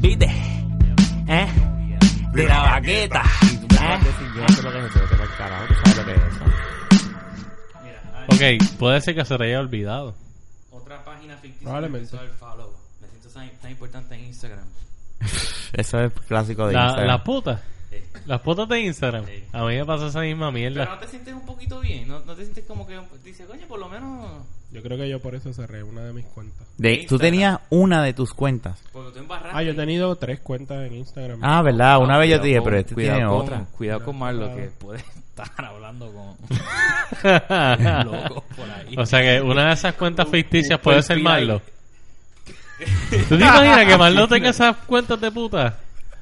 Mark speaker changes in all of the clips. Speaker 1: ¿Viste? ¿Eh? De la baqueta.
Speaker 2: Y tú me vas a decir, yo no sé lo que es eso, vete pa'l carajo, tú sabes lo que es eso.
Speaker 3: Ok, puede ser que se le haya olvidado.
Speaker 4: Otra página ficticia.
Speaker 2: Probablemente.
Speaker 4: me empezó a dar follow. Me siento tan, tan importante en Instagram.
Speaker 2: Eso es clásico de
Speaker 3: La-
Speaker 2: Instagram.
Speaker 3: las putas.
Speaker 4: Sí.
Speaker 3: Las putas de Instagram.
Speaker 4: Sí.
Speaker 3: A mí me pasa esa misma
Speaker 4: Este, Pero no
Speaker 3: mierda.
Speaker 4: te sientes un poquito bien, no, no te sientes como que dices, coño, por lo menos
Speaker 5: Yo creo que yo por eso cerré una de mis cuentas.
Speaker 2: De- tú
Speaker 4: Instagram.
Speaker 2: tenías una de tus cuentas.
Speaker 4: porque tú embarraste.
Speaker 5: Ah, yo he tenido tres cuentas en Instagram.
Speaker 2: Ah, ¿verdad? Una vez yo
Speaker 4: Cuidado
Speaker 2: te dije,
Speaker 4: con-
Speaker 2: pero este
Speaker 4: cuidado
Speaker 2: tiene
Speaker 4: con-
Speaker 2: otra.
Speaker 4: Cuidado con Marlo,
Speaker 5: Ah.
Speaker 4: que puede estar hablando con locos por ahí.
Speaker 3: o sea que una de esas cuentas ficticias
Speaker 4: un
Speaker 3: puede ser
Speaker 4: perfil
Speaker 3: Marlo. ¿Tú te imaginas que Marlo tenga esas cuentas de puta?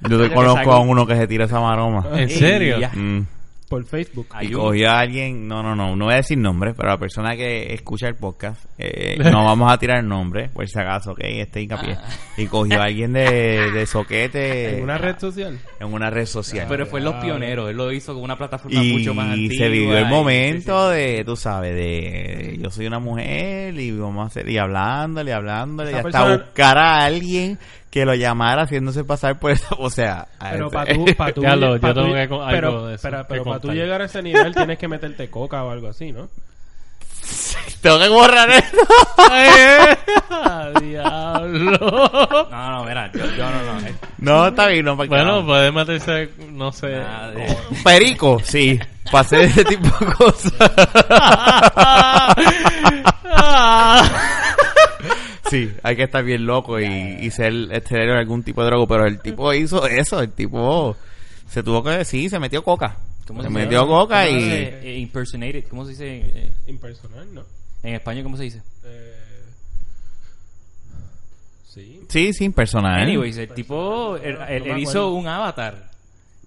Speaker 2: Yo te conozco a uno que se tira esa maroma.
Speaker 3: ¿En serio?
Speaker 4: ya.
Speaker 2: Mm.
Speaker 5: Por Facebook.
Speaker 2: Y
Speaker 4: Hay un-
Speaker 2: cogió a alguien, no, no, no, no voy a decir nombre, pero la persona que escucha el podcast, eh, no vamos a tirar nombre, por si acaso, ok, este hincapié. Y cogió a alguien de, de soquete
Speaker 5: ¿En
Speaker 3: eh,
Speaker 5: una red social?
Speaker 2: en una red social.
Speaker 4: Pero fue los pioneros, él lo hizo con una plataforma
Speaker 2: y
Speaker 4: mucho más antigua.
Speaker 2: se vivió el
Speaker 4: y-
Speaker 2: momento de, tú sabes, de yo soy una mujer y vamos a hacer, y hablándole, hablándole, y
Speaker 5: Esa
Speaker 2: hasta
Speaker 5: persona-
Speaker 2: buscar a alguien que lo llamara haciéndose pasar por eso, o sea, a
Speaker 5: Pero
Speaker 2: ese-
Speaker 5: para tú, pa' tú,
Speaker 3: ah, Ya lo-
Speaker 5: pa'
Speaker 3: yo
Speaker 5: tú-
Speaker 3: tengo que con- algo
Speaker 5: pero,
Speaker 3: de eso
Speaker 5: espera,
Speaker 3: que
Speaker 5: pero para tú
Speaker 3: contar.
Speaker 5: llegar a ese nivel tienes que meterte coca o algo así, ¿no?
Speaker 2: tengo que borrar esto.
Speaker 3: ¡Ah, diablo!
Speaker 4: No, no, mira, yo, yo no, no.
Speaker 2: No, está bien, no, para
Speaker 3: Bueno, puede meterse, no sé.
Speaker 4: Nada de-
Speaker 2: Perico, sí. Pasé ese tipo de cosas. Sí, hay que estar bien loco y, y ser estelero en algún tipo de drogo. Pero el tipo hizo eso. El tipo se tuvo que decir, se metió coca.
Speaker 4: ¿Cómo
Speaker 2: se
Speaker 4: se dice?
Speaker 2: metió coca
Speaker 4: ¿Cómo se
Speaker 2: y.
Speaker 4: dice? Eh, Impersonated, ¿cómo se dice? eh,
Speaker 5: Impersonal, ¿no?
Speaker 4: En español, ¿cómo se dice?
Speaker 5: Eh, sí.
Speaker 2: Sí, ¿eh? sin personal.
Speaker 4: Anyways, el tipo, él, él-
Speaker 5: me
Speaker 4: él hizo
Speaker 5: acuerdo.
Speaker 4: un avatar.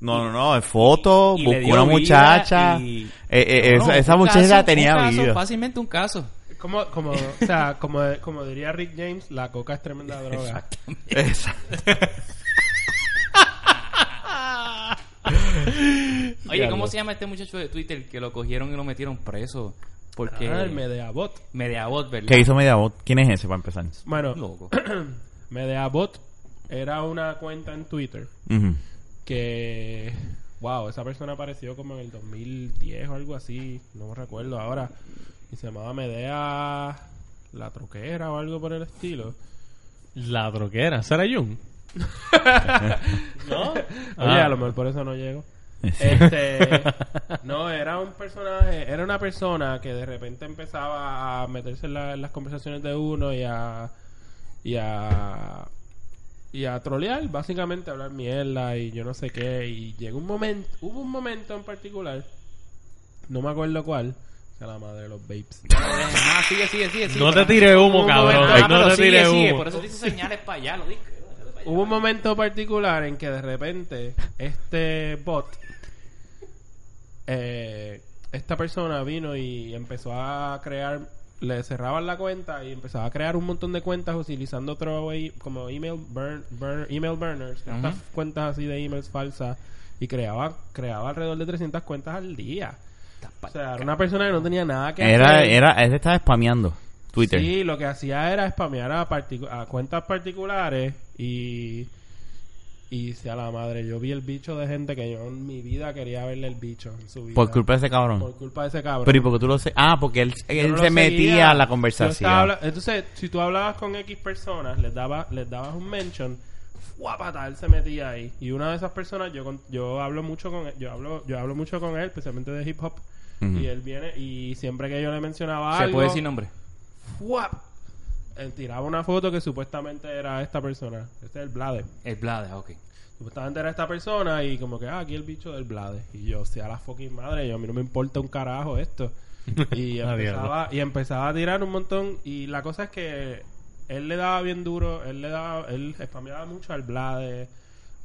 Speaker 2: No, no, no. En foto,
Speaker 4: Y- y le
Speaker 2: buscó
Speaker 4: dio
Speaker 2: una
Speaker 4: vida
Speaker 2: muchacha.
Speaker 4: y-
Speaker 2: Eh, eh,
Speaker 4: No,
Speaker 2: esa esa
Speaker 4: un
Speaker 2: muchacha
Speaker 4: caso-
Speaker 2: tenía
Speaker 4: un caso,
Speaker 2: vida.
Speaker 4: Fácilmente un caso.
Speaker 5: Como, como, o sea, como, como diría Rick James, la coca es tremenda droga.
Speaker 2: Exacto.
Speaker 4: Oye, ¿cómo se llama este muchacho de Twitter que lo cogieron y lo metieron preso? Porque...
Speaker 5: Ah, el Medeabot.
Speaker 4: Mediabot, ¿verdad?
Speaker 2: ¿Qué hizo media voz? ¿Quién es ese para empezar?
Speaker 5: Bueno,
Speaker 4: Loco. Eh,
Speaker 5: Medeabot era una cuenta en Twitter
Speaker 2: Ujú.
Speaker 5: que wow esa persona apareció como en el 2010 o algo así no me recuerdo ahora y se llamaba Medea la troquera o algo por el estilo
Speaker 3: La droguera, ¿será Jun?
Speaker 5: oye
Speaker 3: Ah.
Speaker 5: a lo mejor por eso no llego este no era un personaje era una persona que de repente empezaba a meterse en, la- en las conversaciones de uno y a y a y a trolear, básicamente a hablar mierda y yo no sé qué. Y llegó un momento, hubo un momento en particular, no me acuerdo cuál, que la madre de los babes.
Speaker 4: Ah, sigue, sigue, sigue. sigue.
Speaker 3: No te tires humo,
Speaker 5: Un
Speaker 3: cabrón.
Speaker 4: Ah,
Speaker 5: momento,
Speaker 4: pero
Speaker 3: No te
Speaker 4: sigue,
Speaker 3: tires
Speaker 4: sigue,
Speaker 3: humo.
Speaker 4: Por eso te hice señales para allá, lo dije.
Speaker 5: hubo un momento particular en que de repente este bot, eh, esta persona vino y empezó a crear, le cerraban la cuenta y empezaba a crear un montón de cuentas utilizando throwaway como email, burn, burn- email burners,
Speaker 4: Ujú.
Speaker 5: estas cuentas así de emails falsas y creaba, creaba alrededor de 300 cuentas al día. O sea, era una persona que no tenía nada que
Speaker 2: Era,
Speaker 5: hacer.
Speaker 2: era, él estaba spameando Twitter.
Speaker 5: Sí, lo que hacía era spamear a, particu- a cuentas particulares y. Y sea la madre, yo vi el bicho de gente que yo en mi vida quería verle el bicho en su vida.
Speaker 2: Por culpa de ese
Speaker 5: Por
Speaker 2: cabrón.
Speaker 5: culpa de ese cabrón.
Speaker 2: Pero ¿y por qué tú lo sé? Ah, porque él,
Speaker 5: Yo
Speaker 2: él
Speaker 5: no
Speaker 2: se
Speaker 5: lo
Speaker 2: metía
Speaker 5: seguía.
Speaker 2: a la
Speaker 5: Yo estaba
Speaker 2: conversación.
Speaker 5: habla- Entonces, si tú hablabas con X personas, les, daba, les dabas un mention, guapata, él se metía ahí. Y una de esas personas, yo, con- yo hablo mucho con él, yo hablo, yo hablo mucho con él, especialmente de hip hop.
Speaker 2: Ujú.
Speaker 5: Y él viene, y siempre que yo le mencionaba
Speaker 4: Se
Speaker 5: algo,
Speaker 4: puede decir nombre.
Speaker 5: ¡Fuap! Él Eh, tiraba una foto que supuestamente era esta persona. Este es el Blade.
Speaker 4: El Blade, ok.
Speaker 5: Supuestamente era esta persona y como que, ah, aquí el bicho del Blade. Y yo, sea la fucking madre, yo a mí no me importa un carajo esto. Y
Speaker 3: Ah,
Speaker 5: empezaba, y empezaba a tirar un montón. Y la cosa es que él le daba bien duro, él le daba, él spameaba mucho al Blade.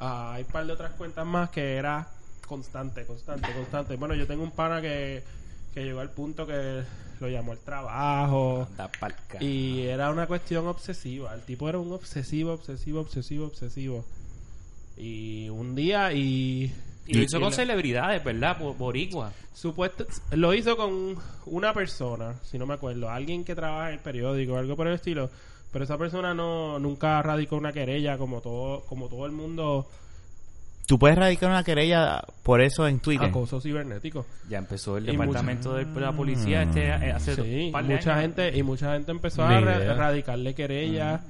Speaker 5: Ah, hay un par de otras cuentas más que era constante, constante, constante. Bueno, yo tengo un pana que, que llegó al punto que lo llamó al trabajo.
Speaker 4: Anda pa'l ca-
Speaker 5: Y era una cuestión obsesiva. El tipo era un obsesivo, obsesivo, obsesivo, obsesivo. Y un día y...
Speaker 4: Y lo hizo
Speaker 5: y
Speaker 4: con
Speaker 5: la-
Speaker 4: celebridades, ¿verdad? Bo- Boricua.
Speaker 5: supuesto- lo hizo con una persona, si no me acuerdo. Alguien que trabaja en el periódico o algo por el estilo. Pero esa persona no nunca radicó una querella como todo como todo el mundo
Speaker 2: Tú puedes radicar una querella por eso en Twitter.
Speaker 5: acoso cibernético.
Speaker 4: Ya empezó el
Speaker 5: Y
Speaker 4: departamento de la policía este, eh, hace
Speaker 5: Sí,
Speaker 4: un par de
Speaker 5: mucha
Speaker 4: años.
Speaker 5: gente y mucha gente empezó
Speaker 3: Ni
Speaker 5: a ra-
Speaker 3: idea.
Speaker 5: radicarle querellas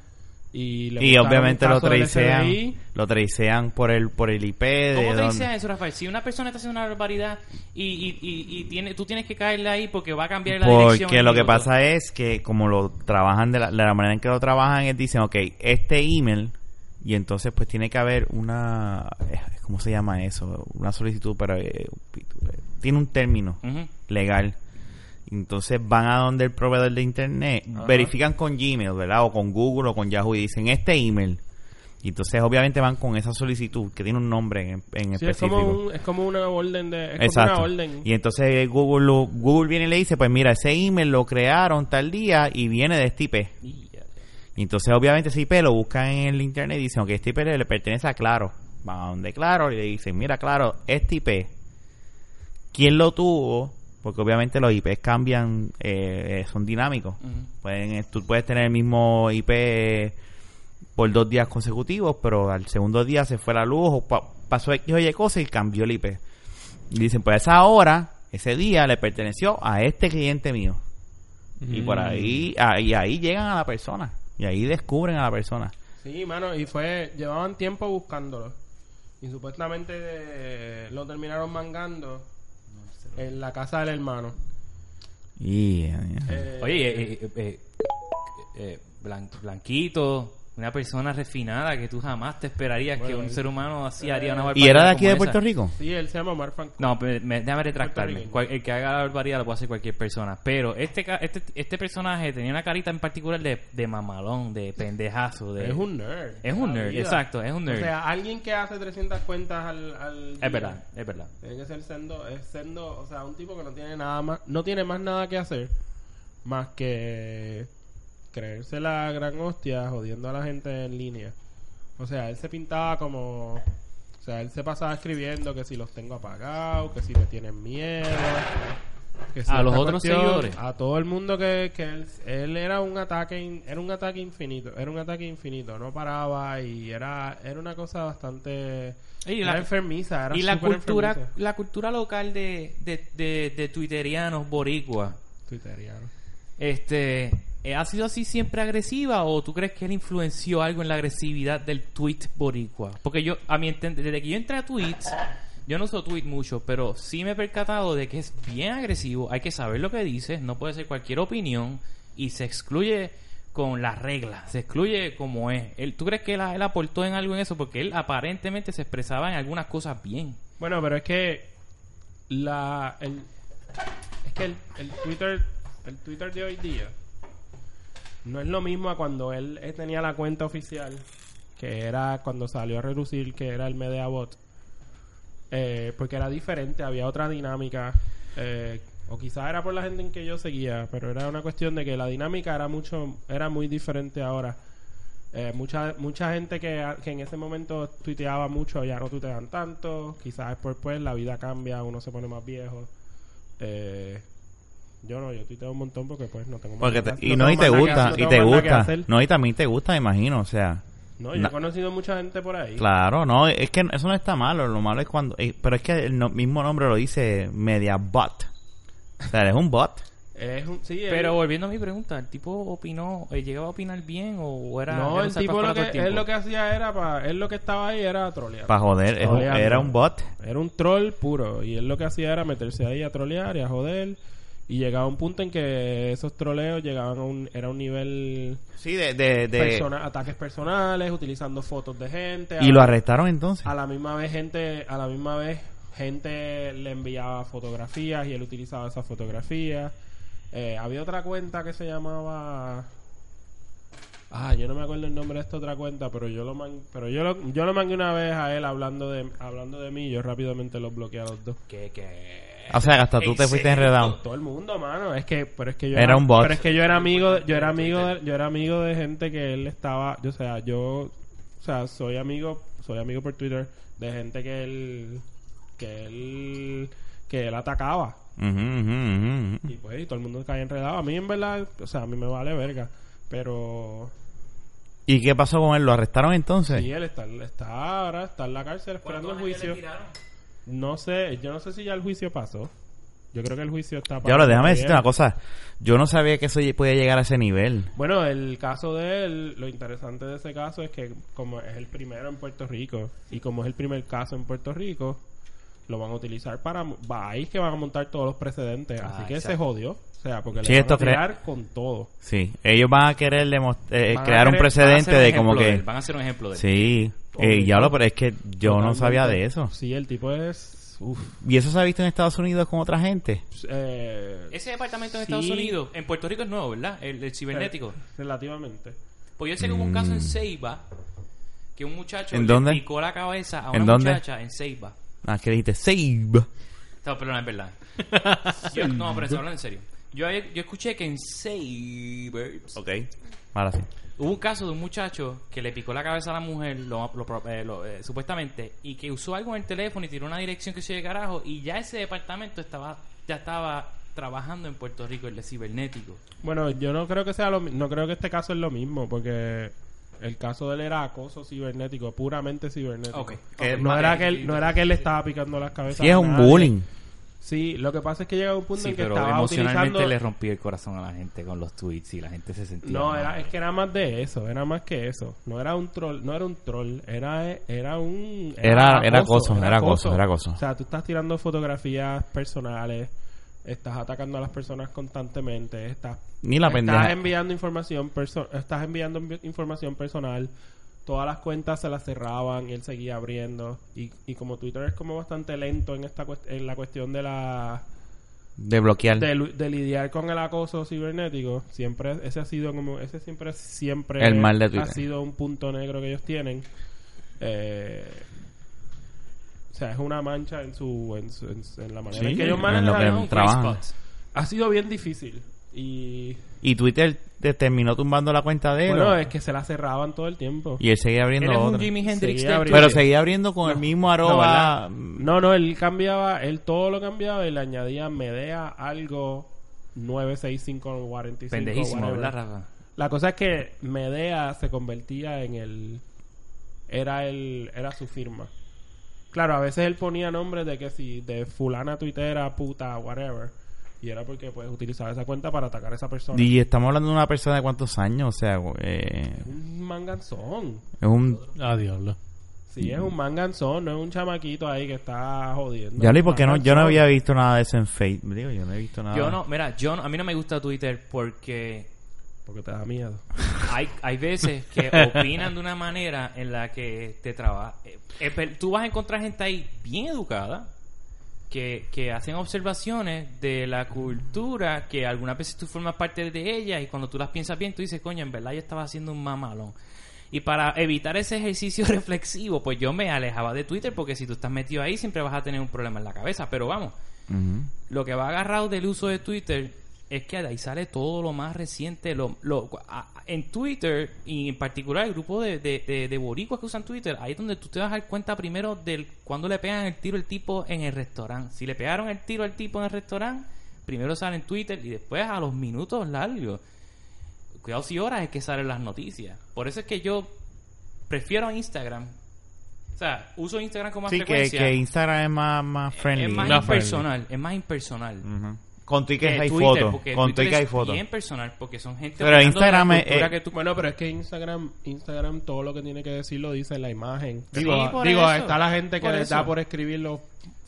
Speaker 5: y le
Speaker 2: Y
Speaker 5: montaron
Speaker 2: obviamente
Speaker 5: un
Speaker 2: lo
Speaker 5: caso del
Speaker 2: traicean,
Speaker 5: FBI.
Speaker 2: lo traicean por el por el IP de
Speaker 4: ¿Cómo te
Speaker 2: dónde-
Speaker 4: dicen eso, Rafael? Si una persona está haciendo una barbaridad y, y, y, y tiene, tú tienes que caerle ahí porque va a cambiar la dirección.
Speaker 2: Porque
Speaker 4: en
Speaker 2: lo que
Speaker 4: minutos.
Speaker 2: pasa es que como lo trabajan de la, de la manera en que lo trabajan es dicen, ok, este email y entonces pues tiene que haber una eh, ¿cómo se llama eso? Una solicitud para eh, tiene un término
Speaker 4: Ujú.
Speaker 2: legal. Entonces van a donde el proveedor de internet, verifican con Gmail, ¿verdad? O con Google o con Yahoo y dicen este email. Y entonces obviamente van con esa solicitud que tiene un nombre en, en
Speaker 5: Sí, es
Speaker 2: específico.
Speaker 5: como un- es como una orden de es
Speaker 2: Exacto.
Speaker 5: como una orden.
Speaker 2: Y entonces eh, Google lo- Google viene y le dice, pues mira, ese email lo crearon tal día y viene de este IP. Y entonces obviamente ese IP lo buscan en el internet y dicen, ok, este IP le, le pertenece a Claro. Van a donde Claro y le dicen, mira, Claro, este IP, ¿quién lo tuvo? Porque obviamente los IPs cambian, eh, eh, son dinámicos.
Speaker 4: Ujú.
Speaker 2: Pueden, eh, tú puedes tener el mismo IP por dos días consecutivos, pero al segundo día se fue la luz o pa- pasó X o Y cosa y cambió el IP. Y dicen, pues esa hora, ese día le perteneció a este cliente mío. Y
Speaker 5: Mm.
Speaker 2: por ahí, ahí, ahí llegan a la persona. Y ahí descubren a la persona.
Speaker 5: Sí, mano, y fue llevaban tiempo buscándolo. Y supuestamente eh, lo terminaron mangando en la casa del hermano.
Speaker 2: Y, eh,
Speaker 5: Eh,
Speaker 4: Oye, eh, eh, eh, eh, blan- Blanquito, una persona refinada que tú jamás te esperarías que
Speaker 5: Bueno,
Speaker 4: un
Speaker 5: él-
Speaker 4: ser humano así haría una
Speaker 2: ¿Y
Speaker 4: barbaridad.
Speaker 2: era de
Speaker 4: como
Speaker 2: aquí de
Speaker 4: esa.
Speaker 2: Puerto Rico?
Speaker 5: sí, él se llama Omar Franco.
Speaker 4: No, me, me- déjame retractarme.
Speaker 5: Rico.
Speaker 4: Cual- el que haga la barbaridad lo puede hacer cualquier persona. Pero este ca- este, este personaje tenía una carita en particular de, de mamalón, de pendejazo. De,
Speaker 5: Es un nerd.
Speaker 4: eh, Es un
Speaker 5: La
Speaker 4: nerd,
Speaker 5: vida.
Speaker 4: exacto, es un nerd.
Speaker 5: O sea, alguien que hace 300 cuentas al... al día,
Speaker 4: Es verdad, es verdad.
Speaker 5: Tiene que ser sendo, es sendo, o sea, un tipo que no tiene nada más, no tiene más nada que hacer más que creerse la gran hostia jodiendo a la gente en línea. O sea, él se pintaba como, o sea, él se pasaba escribiendo que si los tengo apagados, que si me tienen miedo. que si
Speaker 4: A los
Speaker 5: esta
Speaker 4: otros seguidores.
Speaker 5: a todo el mundo que, que él, él era un ataque in- era un ataque infinito era un ataque infinito no paraba y era era una cosa bastante
Speaker 4: Y
Speaker 5: era
Speaker 4: la-
Speaker 5: enfermiza era
Speaker 4: y la
Speaker 5: súper
Speaker 4: cultura
Speaker 5: enfermiza.
Speaker 4: la cultura local de, de, de, de tuiterianos boricua
Speaker 5: Twitteriano.
Speaker 4: este eh, ha sido así siempre agresiva o tú crees que él influenció algo en la agresividad del tweet boricua porque yo a mi entender desde que yo entré a tweets yo no uso tweet mucho pero sí me he percatado de que es bien agresivo hay que saber lo que dices no puede ser cualquier opinión y se excluye con las reglas se excluye como es él tú crees que él, él aportó en algo en eso porque él aparentemente se expresaba en algunas cosas bien
Speaker 5: bueno pero es que la el, es que el, el Twitter el Twitter de hoy día no es lo mismo a cuando él, eh, tenía la cuenta oficial que era cuando salió a relucir que era el MediaBot eh, porque era diferente había otra dinámica eh, o quizás era por la gente en que yo seguía pero era una cuestión de que la dinámica era mucho era muy diferente ahora Eh, mucha mucha gente que, que en ese momento tuiteaba mucho ya no tuitean tanto quizás es por pues la vida cambia uno se pone más viejo eh, yo no yo tuiteo un montón porque pues no tengo más
Speaker 2: Porque te-
Speaker 5: nada-
Speaker 2: y
Speaker 5: no
Speaker 2: no, y
Speaker 5: tengo
Speaker 2: te
Speaker 5: más nada
Speaker 2: gusta, y
Speaker 5: que hacer, no
Speaker 2: te
Speaker 5: tengo más nada que
Speaker 2: gusta.
Speaker 5: hacer.
Speaker 2: No, y también te gusta, me imagino, o sea.
Speaker 5: No, yo
Speaker 2: Na-
Speaker 5: he conocido mucha gente por ahí.
Speaker 2: Claro, no, es que eso no está malo, lo malo es cuando... eh, pero es que el no- mismo nombre lo dice media bot. O sea, es un bot.
Speaker 5: Es un, sí, él-
Speaker 4: Pero volviendo a mi pregunta, ¿el tipo opinó, eh, llegaba a opinar bien o era...
Speaker 5: no,
Speaker 4: era
Speaker 5: el
Speaker 4: un
Speaker 5: tipo
Speaker 4: zarpazo
Speaker 5: lo
Speaker 4: todo
Speaker 5: que,
Speaker 4: el tiempo?
Speaker 5: él lo que hacía era para él lo que estaba ahí era trolear.
Speaker 2: Para joder, es un-
Speaker 5: Troleando.
Speaker 2: era un bot.
Speaker 5: Era un troll puro y él lo que hacía era meterse ahí a trolear y a joder y llegaba a un punto en que esos troleos llegaban a un era un nivel
Speaker 2: Sí, de... de, de-
Speaker 5: persona- ataques personales, utilizando fotos de gente.
Speaker 2: y
Speaker 5: a-
Speaker 2: lo arrestaron entonces.
Speaker 5: a la misma vez gente a la misma vez gente le enviaba fotografías y él utilizaba esas fotografías Eh, había otra cuenta que se llamaba ah yo no me acuerdo el nombre de esta otra cuenta pero yo lo man- pero yo lo, yo lo mangué una vez a él hablando de hablando de mí y yo rápidamente los bloqueé a los dos
Speaker 4: ¿Qué, qué?
Speaker 2: O sea, hasta tú te fuiste enredado.
Speaker 5: todo el mundo mano es que pero es que yo
Speaker 2: Era un bot.
Speaker 5: pero es que yo era amigo de- yo era amigo de, yo era amigo de gente que él estaba yo o sea yo o sea soy amigo soy amigo por Twitter de gente que él que él que él atacaba
Speaker 2: Ujú, ujú, ujú, ujú.
Speaker 5: y pues y todo el mundo cae enredado a mí en verdad o sea a mí me vale verga pero
Speaker 2: ¿Y qué pasó con él? ¿Lo arrestaron entonces?
Speaker 5: Y él está, está ahora, está en la cárcel esperando el juicio. No sé, yo no sé si ya el juicio pasó. Yo creo que el juicio está
Speaker 2: Ya lo déjame
Speaker 5: pasando
Speaker 2: decirte
Speaker 5: bien.
Speaker 2: una cosa. Yo no sabía que eso lle- podía llegar a ese nivel.
Speaker 5: Bueno, el caso de él, lo interesante de ese caso es que como es el primero en Puerto Rico y como es el primer caso en Puerto Rico, lo van a utilizar para... Va, ahí es que van a montar todos los precedentes.
Speaker 4: Ah,
Speaker 5: así que
Speaker 4: exacto.
Speaker 5: se jodió. O sea, porque
Speaker 2: Sí,
Speaker 5: le van
Speaker 2: esto
Speaker 5: a
Speaker 2: crea-
Speaker 5: tirar con todo.
Speaker 2: Sí. Ellos van a querer demos- eh, crear un
Speaker 5: Van a querer-
Speaker 4: Van a
Speaker 2: precedente
Speaker 4: hacer un
Speaker 2: de
Speaker 4: ejemplo
Speaker 2: como
Speaker 4: de
Speaker 2: que...
Speaker 4: él, Van a hacer un ejemplo de él.
Speaker 2: Sí. Eh,
Speaker 5: Obligado.
Speaker 2: ya lo, pero es que yo no
Speaker 5: Totalmente.
Speaker 2: sabía de eso.
Speaker 5: Sí, el tipo es... Uf,
Speaker 2: ¿Y eso se ha visto en Estados Unidos con otra gente?
Speaker 5: eh,
Speaker 4: Ese departamento en
Speaker 5: Sí.
Speaker 4: Estados Unidos, en Puerto Rico es nuevo, ¿verdad? El, el cibernético.
Speaker 5: Relativamente.
Speaker 4: Pues yo sé que hubo un caso en Ceiba que un muchacho
Speaker 2: Mm. ¿En
Speaker 4: le
Speaker 2: dónde?
Speaker 4: picó la cabeza a una
Speaker 2: ¿En dónde?
Speaker 4: muchacha en Ceiba.
Speaker 2: Ah, que dijiste, save.
Speaker 4: No, pero no es verdad. Yo- no, pero estoy hablando en serio. Yo, yo escuché que en Sabers
Speaker 2: Ok. Ahora sí.
Speaker 4: hubo un caso de un muchacho que le picó la cabeza a la mujer, lo- lo- pro- eh, lo- eh, supuestamente, y que usó algo en el teléfono y tiró una dirección que se de carajo, y ya ese departamento estaba ya estaba trabajando en Puerto Rico, el de cibernético.
Speaker 5: Bueno, yo no creo que sea lo mi- no creo que este caso es lo mismo porque el caso de él era acoso cibernético, puramente cibernético.
Speaker 4: Ok.
Speaker 2: Que
Speaker 5: No
Speaker 4: Vale,
Speaker 5: era
Speaker 4: sí,
Speaker 5: que él, no
Speaker 4: sí,
Speaker 5: era que él le estaba picando las cabezas.
Speaker 2: Sí, es
Speaker 5: a
Speaker 2: un
Speaker 5: nadie.
Speaker 2: bullying.
Speaker 5: Sí, lo que pasa es que llega un punto
Speaker 6: Sí,
Speaker 5: en que
Speaker 6: pero
Speaker 5: estaba
Speaker 6: emocionalmente
Speaker 5: utilizando
Speaker 6: le rompí el corazón a la gente con los tweets y la gente se sentía.
Speaker 5: No,
Speaker 6: mal.
Speaker 5: era, es que era más de eso, era más que eso. No era un troll, no era un troll, era era un
Speaker 2: Era- era acoso, era acoso, era acoso.
Speaker 5: O sea, tú estás tirando fotografías personales, estás atacando a las personas constantemente, estás
Speaker 2: Ni la
Speaker 5: Estás
Speaker 2: pendeja.
Speaker 5: enviando información perso- estás enviando envi- información personal. Todas las cuentas se las cerraban y él seguía abriendo y, y como Twitter es como bastante lento en esta cuest- en la cuestión de la
Speaker 2: De bloquear.
Speaker 5: de, lu- de lidiar con el acoso cibernético, siempre ese ha sido como ese siempre siempre
Speaker 2: El mal de Twitter.
Speaker 5: ha sido un punto negro que ellos tienen. Eh, o sea, es una mancha en su en, su- en su- en la manera
Speaker 2: Sí,
Speaker 5: en que ellos
Speaker 2: en lo que
Speaker 5: manejan.
Speaker 2: trabajan.
Speaker 5: Ha sido bien difícil y
Speaker 2: Y Twitter te terminó tumbando la cuenta de él.
Speaker 5: bueno,
Speaker 2: ¿o?
Speaker 5: es que se la cerraban todo el tiempo.
Speaker 2: Y él seguía abriendo
Speaker 4: Eres un
Speaker 2: otra.
Speaker 4: Jimi Hendrix
Speaker 5: Seguía
Speaker 4: de-
Speaker 5: abriendo.
Speaker 2: Pero seguía abriendo con el mismo arroba.
Speaker 5: No, no, él cambiaba, él todo lo cambiaba y le añadía Medea algo 96545.
Speaker 4: Pendejísimo,
Speaker 5: whatever.
Speaker 4: ¿verdad, Rafa?
Speaker 5: La cosa es que Medea se convertía en el era el era su firma. Claro, a veces él ponía nombres de que si de fulana tuitera, puta, whatever. Y era porque pues utilizaba esa cuenta para atacar a esa persona.
Speaker 2: y estamos hablando de una persona de cuántos años, o sea, eh,
Speaker 5: un manganzón.
Speaker 2: es un...
Speaker 3: Ah, diablo.
Speaker 5: Sí, es un manganzón, no es un chamaquito ahí que está jodiendo.
Speaker 2: Ya hablé porque no, yo no
Speaker 5: Manganzón.
Speaker 2: había visto nada de eso en Facebook. Digo, yo no he visto nada.
Speaker 5: Ah.
Speaker 4: Yo no, mira, yo no- a mí no me gusta Twitter porque
Speaker 5: Porque te da miedo.
Speaker 4: hay, hay veces que opinan de una manera en la que te trabaja. eh, eh, pero tú vas a encontrar gente ahí bien educada que, que hacen observaciones de la cultura que algunas veces tú formas parte de ella y cuando tú las piensas bien tú dices, coño, en verdad yo estaba haciendo un mamalón. Y para evitar ese ejercicio reflexivo, pues yo me alejaba de Twitter porque si tú estás metido ahí siempre vas a tener un problema en la cabeza. Pero vamos,
Speaker 2: Ujú.
Speaker 4: lo que va agarrado del uso de Twitter es que de ahí sale todo lo más reciente. Lo, lo- a- a- en Twitter, y en particular el grupo de, de, de- de boricuas que usan Twitter, ahí es donde tú te vas a dar cuenta primero del cuando le pegan el tiro al tipo en el restaurante. Si le pegaron el tiro al tipo en el restaurante, primero sale en Twitter y después a los minutos largos, cuidado si horas es que salen las noticias. Por eso es que yo prefiero Instagram. O sea, uso Instagram con más
Speaker 2: Sí, que,
Speaker 4: frecuencia.
Speaker 2: que Instagram es más, más friendly.
Speaker 4: es más
Speaker 3: No,
Speaker 4: impersonal, es más impersonal
Speaker 2: Ujú. Con Twitter
Speaker 4: que
Speaker 2: hay
Speaker 4: Twitter,
Speaker 2: fotos.
Speaker 4: porque
Speaker 2: Con
Speaker 4: Twitter
Speaker 2: Twitter hay
Speaker 4: es
Speaker 2: fotos.
Speaker 4: Bien personal, porque son gente.
Speaker 2: Pero
Speaker 4: opinando de la
Speaker 2: Instagram es-
Speaker 4: cultura
Speaker 2: eh,
Speaker 4: que tú-
Speaker 5: Bueno, pero es que Instagram, Instagram todo lo que tiene que decir lo dice en la imagen.
Speaker 4: Sí,
Speaker 5: Digo,
Speaker 4: por
Speaker 5: digo,
Speaker 4: eso.
Speaker 5: está la gente que
Speaker 4: Por
Speaker 5: les da
Speaker 4: eso.
Speaker 5: por escribir los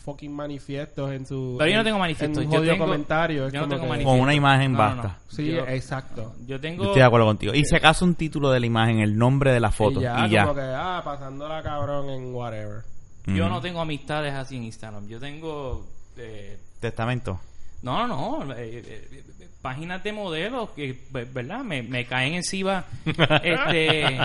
Speaker 5: fucking manifiestos en su
Speaker 4: Pero yo no
Speaker 5: en-
Speaker 4: tengo manifiesto,
Speaker 5: en un
Speaker 4: yo
Speaker 5: jodido
Speaker 4: tengo-
Speaker 5: comentario, es
Speaker 4: yo no
Speaker 5: como
Speaker 4: tengo
Speaker 5: que-
Speaker 4: manifiesto.
Speaker 2: Con una imagen
Speaker 4: No, no, no.
Speaker 2: basta.
Speaker 5: Sí,
Speaker 4: Yo-
Speaker 5: exacto.
Speaker 4: Yo
Speaker 2: Yo
Speaker 4: tengo.
Speaker 2: estoy de acuerdo contigo. Y si acaso un título de la imagen, el nombre de la foto.
Speaker 5: y ya,
Speaker 2: Y ya.
Speaker 5: como que ah, pasándola cabrón en whatever.
Speaker 4: yo
Speaker 2: Ujú.
Speaker 4: no tengo amistades así en Instagram. Yo tengo. eh,
Speaker 2: Testamento.
Speaker 4: no, no, no. eh, eh, eh, páginas de modelos que, ve- ¿verdad? Me, me caen encima este,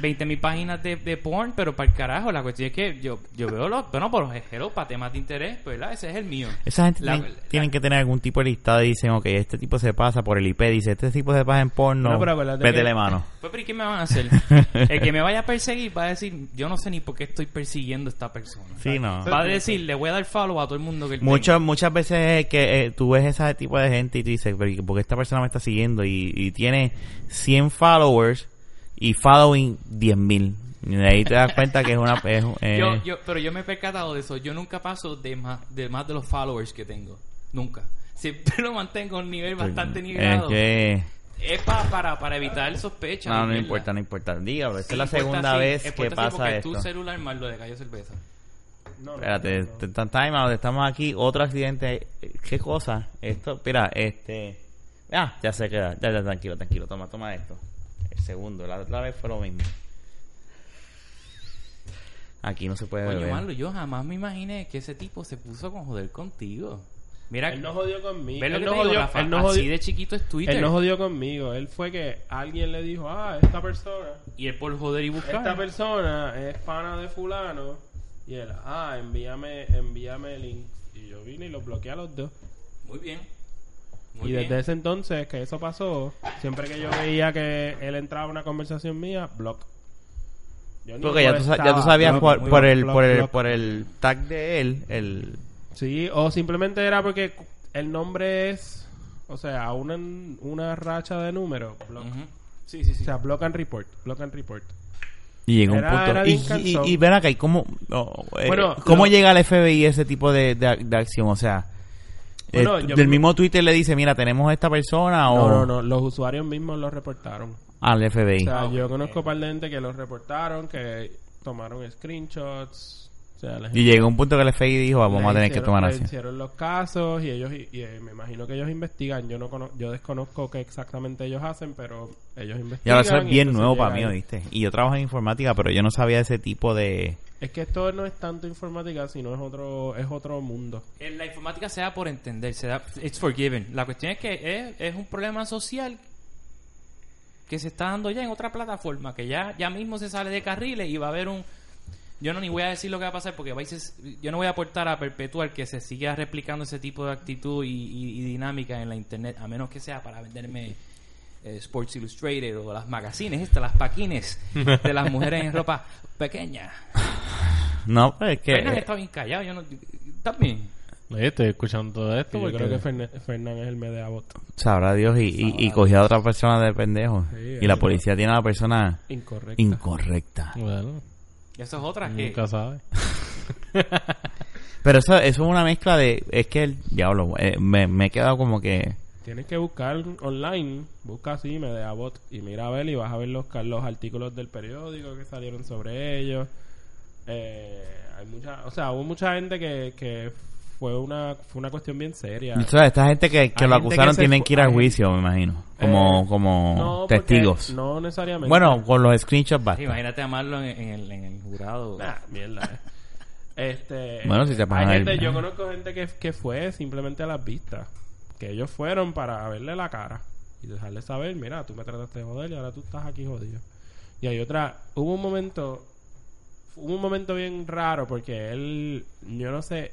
Speaker 4: 20 mil páginas de, de porn, pero para el carajo. La cuestión es que yo, yo veo los. Bueno, por los ejemplos, para temas de interés, pues, ¿verdad? Ese es el mío.
Speaker 2: Esa gente
Speaker 4: La-
Speaker 2: tiene- tienen que tener algún tipo de listado y dicen, ok, este tipo se pasa por el IP, dice, este tipo se pasa en porno,
Speaker 5: No, pero acuérdate
Speaker 2: vete
Speaker 5: que-
Speaker 2: la mano.
Speaker 4: Pues, pero ¿y qué me van a hacer? El que me vaya a perseguir va a decir, yo no sé ni por qué estoy persiguiendo a esta persona.
Speaker 2: Sí, no.
Speaker 4: Va a decir, le voy a dar follow a todo el mundo que él
Speaker 2: Muchas, muchas veces es que eh, tú ves ese tipo de gente y tú dices, pero ¿y ¿por qué esta persona me está siguiendo? Y, y tiene 100 followers y following 10.000. Y de ahí te das cuenta que es una... es- eh,
Speaker 4: Yo, yo, pero yo me he percatado de eso. Yo nunca paso de más de, más de los followers que tengo. Nunca. Siempre lo mantengo a un nivel bastante nivelado.
Speaker 2: Pues, Es que...
Speaker 4: Es pa- para, para evitar sospechas.
Speaker 2: No, no
Speaker 4: mierda.
Speaker 2: importa, no importa. Dígalo, esta
Speaker 4: Sí, pues,
Speaker 2: es la
Speaker 4: importa
Speaker 2: segunda
Speaker 4: sí,
Speaker 2: vez
Speaker 4: importa
Speaker 2: que
Speaker 4: sí,
Speaker 2: pasa
Speaker 4: porque
Speaker 2: esto.
Speaker 4: tu celular más lo de cayó cerveza.
Speaker 5: No, no,
Speaker 2: Espérate,
Speaker 5: no, no.
Speaker 2: t- t- time out, estamos aquí, otro accidente. eh, ¿Qué cosa? Esto, mira, este. Ah, ya se queda, ya, ya, tranquilo, tranquilo, toma, toma esto. El segundo, la otra vez fue lo mismo. Aquí no se puede
Speaker 4: Coño,
Speaker 2: beber.
Speaker 4: Manlo, yo jamás me imaginé que ese tipo se puso con joder contigo. Mira,
Speaker 5: Él no jodió conmigo.
Speaker 4: ¿ves lo
Speaker 5: él
Speaker 4: que
Speaker 5: no
Speaker 4: te digo,
Speaker 5: jodió-
Speaker 4: Rafa?
Speaker 5: él no
Speaker 4: Así
Speaker 5: jodió-
Speaker 4: de chiquito es Twitter.
Speaker 5: Él no jodió conmigo. Él fue que alguien le dijo, ah, esta persona,
Speaker 4: Y él por joder y buscar.
Speaker 5: esta persona es pana de fulano. Y él, ah, envíame, envíame el link. Y yo vine y los bloqueé a los dos.
Speaker 4: Muy bien.
Speaker 5: y
Speaker 4: Muy bien.
Speaker 5: desde ese entonces que eso pasó, siempre que yo veía que él entraba a una conversación mía, block. Yo ni
Speaker 2: Porque ya tú, sa- ya tú
Speaker 5: molestaba,
Speaker 2: sabías
Speaker 5: block,
Speaker 2: por,
Speaker 5: muy
Speaker 2: por
Speaker 5: block,
Speaker 2: el,
Speaker 5: block,
Speaker 2: por, el,
Speaker 5: block.
Speaker 2: por el tag de él, el.
Speaker 5: Sí, o simplemente era porque cu- el nombre es, o sea, una, una racha de números. block.
Speaker 4: Ujú. Sí, sí, sí.
Speaker 5: O sea, block and report, block and report.
Speaker 2: Y llega
Speaker 5: Era-
Speaker 2: un punto.
Speaker 5: era
Speaker 2: y,
Speaker 5: bien
Speaker 2: y,
Speaker 5: cansón.
Speaker 2: y ven acá, ¿y cómo, no, eh,
Speaker 5: Bueno,
Speaker 2: ¿cómo
Speaker 5: lo-
Speaker 2: llega al FBI ese tipo de, de- de acción? O sea, eh,
Speaker 5: Bueno, yo-
Speaker 2: del mismo Twitter le dice, mira, tenemos esta persona o
Speaker 5: No, no, no, los usuarios mismos los reportaron.
Speaker 2: al FBI.
Speaker 5: O sea, yo conozco par de gente que los reportaron, que tomaron screenshots. O sea, la gente
Speaker 2: y llega un punto que el FBI dijo, "Ah, vamos
Speaker 5: le
Speaker 2: a tener que
Speaker 5: hicieron-
Speaker 2: tomar
Speaker 5: le
Speaker 2: acción.
Speaker 5: hicieron los casos y ellos y, eh, me imagino que ellos investigan. Yo no cono- yo desconozco qué exactamente ellos hacen, pero ellos investigan.
Speaker 2: Y ahora eso es bien
Speaker 5: entonces
Speaker 2: nuevo para mí,
Speaker 5: llegan-
Speaker 2: ¿viste? Y yo trabajo en informática, pero yo no sabía ese tipo de...
Speaker 5: Es que esto no es tanto informática, sino es otro es otro mundo.
Speaker 4: Eh, La informática se da por entender, se da, it's forgiven. La cuestión es que es, es un problema social que se está dando ya en otra plataforma, que ya, ya mismo se sale de carriles y va a haber un... Yo no ni voy a decir lo que va a pasar porque vais a- yo no voy a aportar a perpetuar que se siga replicando ese tipo de actitud y, y- y dinámica en la internet, a menos que sea para venderme eh, Sports Illustrated o las magazines, estas, las paquines de las mujeres en ropa pequeña.
Speaker 2: No, pero es que... eh,
Speaker 4: Fernan
Speaker 5: eh,
Speaker 4: está bien callado, yo no... También.
Speaker 3: Oye, estoy escuchando todo esto.
Speaker 5: Que yo
Speaker 3: porque-
Speaker 5: creo que Fern- Fernán es el medeabot.
Speaker 2: Sabrá Dios, y, y, y cogió a otra persona de pendejo.
Speaker 5: Sí, eh,
Speaker 2: y la
Speaker 5: eso.
Speaker 2: policía tiene a la persona
Speaker 5: Incorrecto.
Speaker 2: incorrecta.
Speaker 3: Bueno,
Speaker 4: Eso es
Speaker 2: Ah,
Speaker 4: otra que...
Speaker 2: eh.
Speaker 3: nunca sabes.
Speaker 2: Pero eso, eso es una mezcla de... Es que el diablo, eh, me, me he quedado como que...
Speaker 5: Tienes que buscar online, busca así medeabot y mira a ver y vas a ver los ca- los artículos del periódico que salieron sobre ellos. Eh, hay mucha, o sea, hubo mucha gente que, que fue una fue una cuestión bien seria.
Speaker 2: O sea, esta gente que, que
Speaker 5: Hay
Speaker 2: lo
Speaker 5: gente
Speaker 2: acusaron
Speaker 5: que se
Speaker 2: tienen
Speaker 5: fu-
Speaker 2: que ir a
Speaker 5: hay-
Speaker 2: juicio, me imagino. Como,
Speaker 5: Eh,
Speaker 2: como
Speaker 5: porque
Speaker 2: testigos.
Speaker 5: No necesariamente.
Speaker 2: bueno, con los screenshots
Speaker 4: Sí,
Speaker 2: basta.
Speaker 4: Imagínate amarlo en, en el, en el jurado.
Speaker 5: Nah, mierda. Este,
Speaker 2: Bueno, si se pagan
Speaker 5: hay
Speaker 2: el-
Speaker 5: gente, yo conozco gente que, que fue simplemente a las vistas, que ellos fueron para verle la cara y dejarle saber, mira, tú me trataste de joder y ahora tú estás aquí jodido. Y hay otra, hubo un momento, hubo un momento bien raro porque él, yo no sé,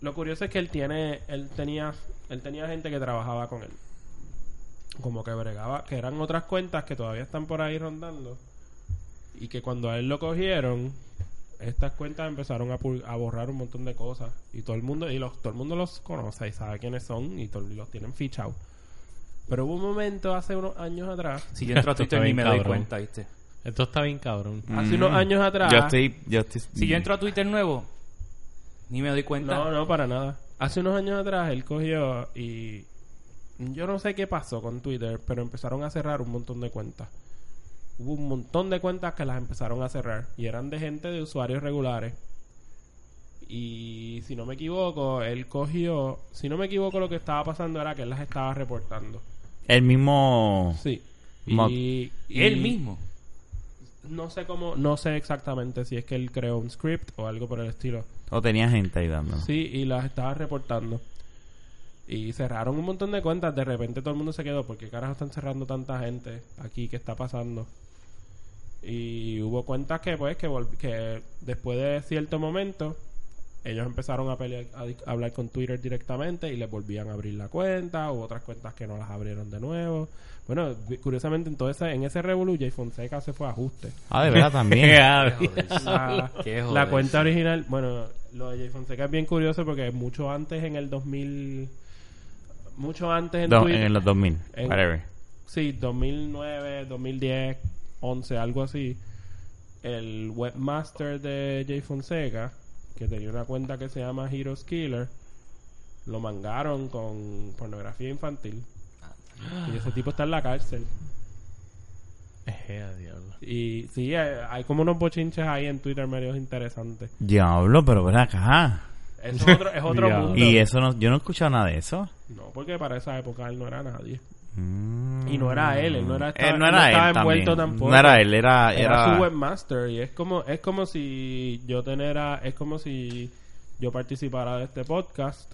Speaker 5: lo curioso es que él tiene, él tenía, él tenía gente que trabajaba con él, como que bregaba, que eran otras cuentas que todavía están por ahí rondando y que cuando a él lo cogieron estas cuentas empezaron a, pul- a borrar un montón de cosas y todo el mundo y los todo el mundo los conoce y sabe quiénes son y to- y los tienen fichados pero hubo un momento hace unos años atrás
Speaker 4: Si yo entro a Twitter
Speaker 3: Está
Speaker 4: ni
Speaker 3: bien
Speaker 4: me doy
Speaker 3: cabrón.
Speaker 4: cuenta, ¿viste?
Speaker 3: Esto está bien cabrón.
Speaker 5: hace
Speaker 2: Mm.
Speaker 5: unos años atrás
Speaker 2: Yo estoy... Yo estoy
Speaker 4: Si yo entro a Twitter nuevo, ni me doy cuenta.
Speaker 5: no no para nada hace unos años atrás él cogió y yo no sé qué pasó con Twitter pero empezaron a cerrar un montón de cuentas hubo un montón de cuentas que las empezaron a cerrar y eran de gente de usuarios regulares. Y si no me equivoco, él cogió, si no me equivoco lo que estaba pasando era que él las estaba reportando.
Speaker 2: El mismo...
Speaker 5: Sí.
Speaker 2: Mo-
Speaker 5: Y, y
Speaker 4: Él mismo.
Speaker 5: No sé cómo, no sé exactamente si es que él creó un script o algo por el estilo.
Speaker 2: O tenía gente ayudando.
Speaker 5: Sí, y las estaba reportando. Y cerraron un montón de cuentas. De repente todo el mundo se quedó. ¿Por qué carajo están cerrando tanta gente aquí? ¿Qué está pasando? Y hubo cuentas que, pues, que, volv- que después de cierto momento, ellos empezaron a, pelear, a di- a hablar con Twitter directamente y les volvían a abrir la cuenta. Hubo otras cuentas que no las abrieron de nuevo. Bueno, vi- curiosamente, entonces en ese Revolu, Jay Fonseca se fue a ajuste.
Speaker 2: Ah, de verdad también.
Speaker 5: La,
Speaker 4: Qué
Speaker 5: Ah, la
Speaker 4: joder.
Speaker 5: cuenta original, bueno, lo de Jay Fonseca es bien curioso porque mucho antes en el 2000, mucho antes en
Speaker 2: Do-
Speaker 5: Twitter,
Speaker 2: en los 2000.
Speaker 5: en-
Speaker 2: Whatever.
Speaker 5: sí, 2009, 2010, 11, algo así, el webmaster de Jay Fonseca, que tenía una cuenta que se llama Heroes Killer, lo mangaron con pornografía infantil. Y ese tipo está en la cárcel.
Speaker 3: Ejea, diablo.
Speaker 5: Y sí, eh, hay como unos bochinches ahí en Twitter medios interesantes.
Speaker 2: Diablo, pero ven acá.
Speaker 5: Es otro, es otro
Speaker 3: Ya.
Speaker 5: mundo.
Speaker 2: Y eso no, yo no he escuchado nada de eso.
Speaker 5: No, porque para esa época él no era nadie.
Speaker 2: Mm.
Speaker 5: Y no era él, él no era,
Speaker 2: Él no era
Speaker 5: estaba
Speaker 2: él también.
Speaker 5: envuelto tampoco.
Speaker 2: No era él, era...
Speaker 5: Era
Speaker 2: era-
Speaker 5: su webmaster y es como es como si yo tenera es como si yo participara de este podcast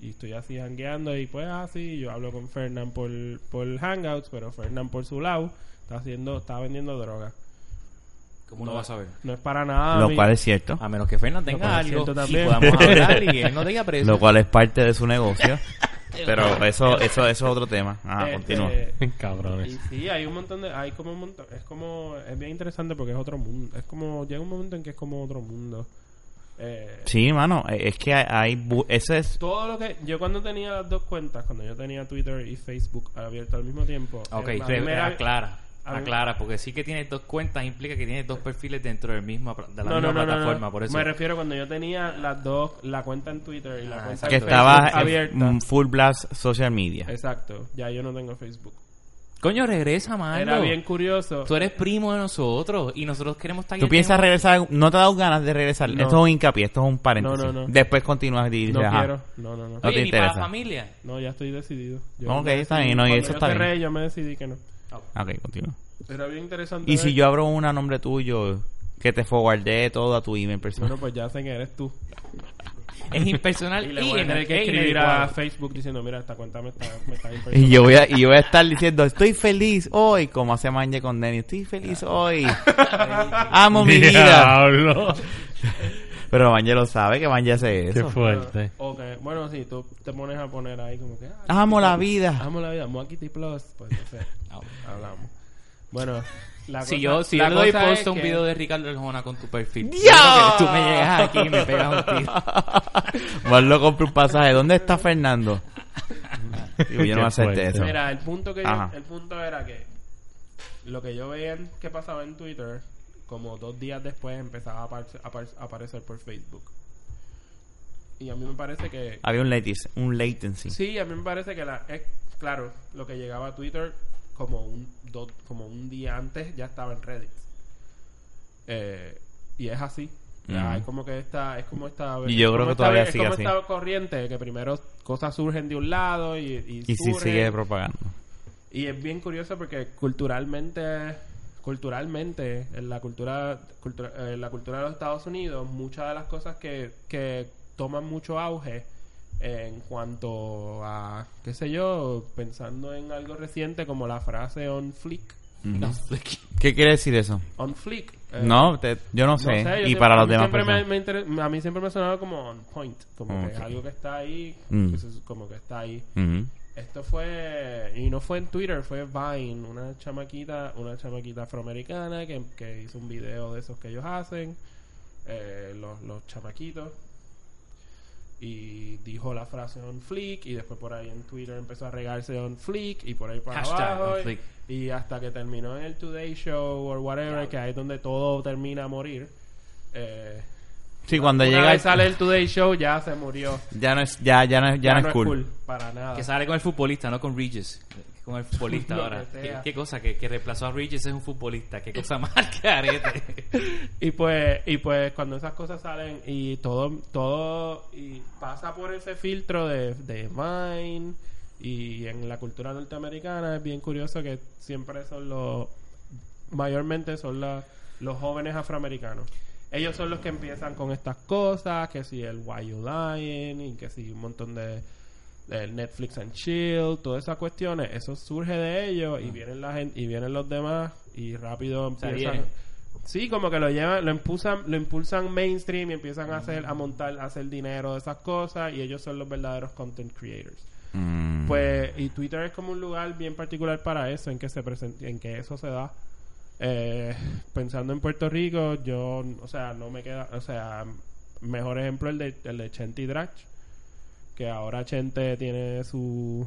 Speaker 5: y estoy así hangueando y pues así yo hablo con Fernán por, por Hangouts, pero Fernán por su lado está haciendo está vendiendo droga.
Speaker 6: ¿Cómo no vas a ver?
Speaker 5: No es para nada.
Speaker 2: lo
Speaker 5: mi-
Speaker 2: cual es cierto.
Speaker 6: A menos que Fernan
Speaker 5: Lo cual
Speaker 6: tenga
Speaker 5: es
Speaker 6: algo
Speaker 5: cierto
Speaker 6: y
Speaker 5: también.
Speaker 6: podamos hablar y él no tenga preso.
Speaker 2: Lo cual es parte de su negocio. Pero eso, eso, eso es otro tema. Ah,
Speaker 5: este,
Speaker 2: continúa.
Speaker 5: Y
Speaker 3: Cabrones.
Speaker 5: sí, hay un montón de... Hay como un montón... Es como... Es bien interesante porque es otro mundo. Es como... Llega un momento en que es como otro mundo. Eh,
Speaker 2: Sí, mano, eh, es que hay... hay bu- ese es...
Speaker 5: Todo lo que... Yo cuando tenía las dos cuentas, cuando yo tenía Twitter y Facebook abierto al mismo tiempo...
Speaker 6: Ok,
Speaker 5: eh, a mí
Speaker 6: re-
Speaker 5: me era-
Speaker 6: aclara.
Speaker 5: a mí-
Speaker 6: Aclara, porque sí que tienes dos cuentas implica que tienes dos perfiles dentro del mismo, de la
Speaker 5: No,
Speaker 6: misma
Speaker 5: no, no, no,
Speaker 6: plataforma.
Speaker 5: no.
Speaker 6: Por eso.
Speaker 5: Me refiero cuando yo tenía las dos... La cuenta en Twitter y la
Speaker 6: Ah,
Speaker 5: cuenta
Speaker 6: exacto.
Speaker 2: Que
Speaker 5: en Facebook
Speaker 2: estaba en
Speaker 5: abierta.
Speaker 2: un full blast social media.
Speaker 5: Exacto. Ya yo no tengo Facebook.
Speaker 6: Coño, regresa,
Speaker 2: Ah,
Speaker 6: mano.
Speaker 5: Era bien curioso.
Speaker 6: Tú eres primo de nosotros y nosotros queremos estar
Speaker 2: ¿Tú piensas regresar? ¿No te ha dado ganas de regresar?
Speaker 5: No.
Speaker 2: Esto es un hincapié, esto es un paréntesis.
Speaker 5: No, no, no.
Speaker 2: Después continúas y dices,
Speaker 5: No
Speaker 2: ajá.
Speaker 5: quiero. No, no, no.
Speaker 2: No te
Speaker 6: Oye, ¿y para la
Speaker 2: interesa.
Speaker 6: familia?
Speaker 5: No, ya estoy decidido.
Speaker 2: Ok,
Speaker 5: me
Speaker 2: está
Speaker 5: decidí-
Speaker 2: bien, no, y
Speaker 5: cuando
Speaker 2: eso
Speaker 5: yo
Speaker 2: está bien.
Speaker 5: cerré, yo me decidí que no.
Speaker 2: Ah, Ok, continúa.
Speaker 5: Era bien interesante.
Speaker 2: Y
Speaker 5: ver-
Speaker 2: si yo abro un nombre tuyo, que te forwardé todo a tu email
Speaker 5: Bueno,
Speaker 2: personal.
Speaker 5: pues ya sé que eres tú.
Speaker 6: Es impersonal
Speaker 5: Y
Speaker 6: y,
Speaker 5: le voy a tener que
Speaker 6: e
Speaker 5: escribir a
Speaker 6: inadecuado.
Speaker 5: Facebook diciendo, mira, esta cuenta me está, me está
Speaker 2: Y
Speaker 5: impersonando.
Speaker 2: yo voy a, y yo voy a estar diciendo, estoy feliz hoy, como hace Manje con Denny, estoy feliz hoy. Amo mi vida.
Speaker 3: Diablo.
Speaker 2: Pero Manje lo sabe que Manje hace
Speaker 3: Qué
Speaker 2: eso.
Speaker 3: fuerte.
Speaker 5: Ok, bueno, sí, tú te pones a poner ahí como que... ah,
Speaker 2: Amo la vida.
Speaker 5: Amo la vida, Moakity Plus. Pues entonces, hablamos. Bueno, la
Speaker 6: Si
Speaker 5: cosa-
Speaker 6: yo, si
Speaker 5: la
Speaker 6: yo le doy
Speaker 5: cosa
Speaker 6: post
Speaker 5: es
Speaker 6: a un
Speaker 5: que-
Speaker 6: video de Ricardo Arjona con tu perfil,
Speaker 2: ¡Ya!
Speaker 6: yo creo que tú me llegas aquí y me pegas un tiro.
Speaker 2: Más lo compro un pasaje. ¿Dónde está Fernando? Digo, yo no
Speaker 3: Qué
Speaker 2: voy a hacerte
Speaker 3: fuerte.
Speaker 2: eso.
Speaker 5: Mira, el punto, que yo-
Speaker 2: Ajá.
Speaker 5: el punto era que lo que yo veía en- que pasaba en Twitter, como dos días después empezaba a, apar- a apar- a aparecer por Facebook. Y a mí me parece que...
Speaker 2: Había un latency. Un latency.
Speaker 5: Sí, a mí me parece que la es claro, lo que llegaba a Twitter como un do- como un día antes ya estaba en Reddit. Eh, y es así. Ya,
Speaker 2: Ujú.
Speaker 5: Es como que esta es como esta
Speaker 2: Y yo creo
Speaker 5: como
Speaker 2: que
Speaker 5: esta-
Speaker 2: todavía
Speaker 5: es
Speaker 2: sigue
Speaker 5: como
Speaker 2: así.
Speaker 5: esta corriente que primero cosas surgen de un lado y y,
Speaker 2: Y si
Speaker 5: surgen.
Speaker 2: sigue propagando.
Speaker 5: Y es bien curioso porque culturalmente, culturalmente, en la cultura, cultura- eh, en la cultura de los Estados Unidos, muchas de las cosas que, que toman mucho auge eh, en cuanto a, qué sé yo, pensando en algo reciente como la frase on flick,
Speaker 2: ¿Qué quiere decir eso?
Speaker 5: on flick. eh,
Speaker 2: No, te- yo no sé.
Speaker 5: yo
Speaker 2: y
Speaker 5: siempre-
Speaker 2: para
Speaker 5: a
Speaker 2: los
Speaker 5: mí
Speaker 2: demás
Speaker 5: siempre me-
Speaker 2: personas.
Speaker 5: me inter- a mí siempre me ha sonado como on point, como que es
Speaker 2: Ok.
Speaker 5: algo que está ahí,
Speaker 2: Mm.
Speaker 5: que se- como que está ahí.
Speaker 2: Ujú.
Speaker 5: Esto fue, y no fue en Twitter, fue Vine, una chamaquita, una chamaquita afroamericana que, que hizo un video de esos que ellos hacen, eh, los, los chamaquitos, y dijo la frase on flick, y después por ahí en Twitter empezó a regarse on flick, y por ahí para
Speaker 6: Hashtag
Speaker 5: abajo,
Speaker 6: on
Speaker 5: y-
Speaker 6: flick.
Speaker 5: y hasta que terminó en el Today Show o whatever, que ahí es donde todo termina a morir. Eh,
Speaker 2: Sí, cuando
Speaker 5: una
Speaker 2: llega.
Speaker 5: vez sale el Today Show ya se murió.
Speaker 2: Ya no es, ya, ya no es, ya no es cool.
Speaker 5: Para nada.
Speaker 6: Que sale con el futbolista, no con Regis. Con el futbolista
Speaker 5: Lo
Speaker 6: ahora.
Speaker 5: que
Speaker 6: ¿Qué,
Speaker 5: sea.
Speaker 6: qué cosa? Que, que reemplazó a Regis es un futbolista. ¿Qué cosa más que arete?
Speaker 5: Y pues, y pues cuando esas cosas salen y todo, todo y pasa por ese filtro de, de Vine y en la cultura norteamericana es bien curioso que siempre son los, mayormente son la- los jóvenes afroamericanos. Ellos son los que empiezan con estas cosas, que si el Why You Lying y que si un montón de el Netflix and Chill, todas esas cuestiones, eso surge de ellos y vienen la gente, y vienen los demás y rápido empiezan
Speaker 6: adhieren.
Speaker 5: Sí, como que lo llevan, lo impulsan, lo impulsan mainstream y empiezan a hacer, a montar, a hacer dinero de esas cosas y ellos son los verdaderos content creators.
Speaker 2: Mm.
Speaker 5: Pues, y Twitter es como un lugar bien particular para eso, en que se present- en que eso se da. Eh, pensando en Puerto Rico, yo, o sea, no me queda, o sea, mejor ejemplo el de, el de Chente y Drach, que ahora Chente tiene su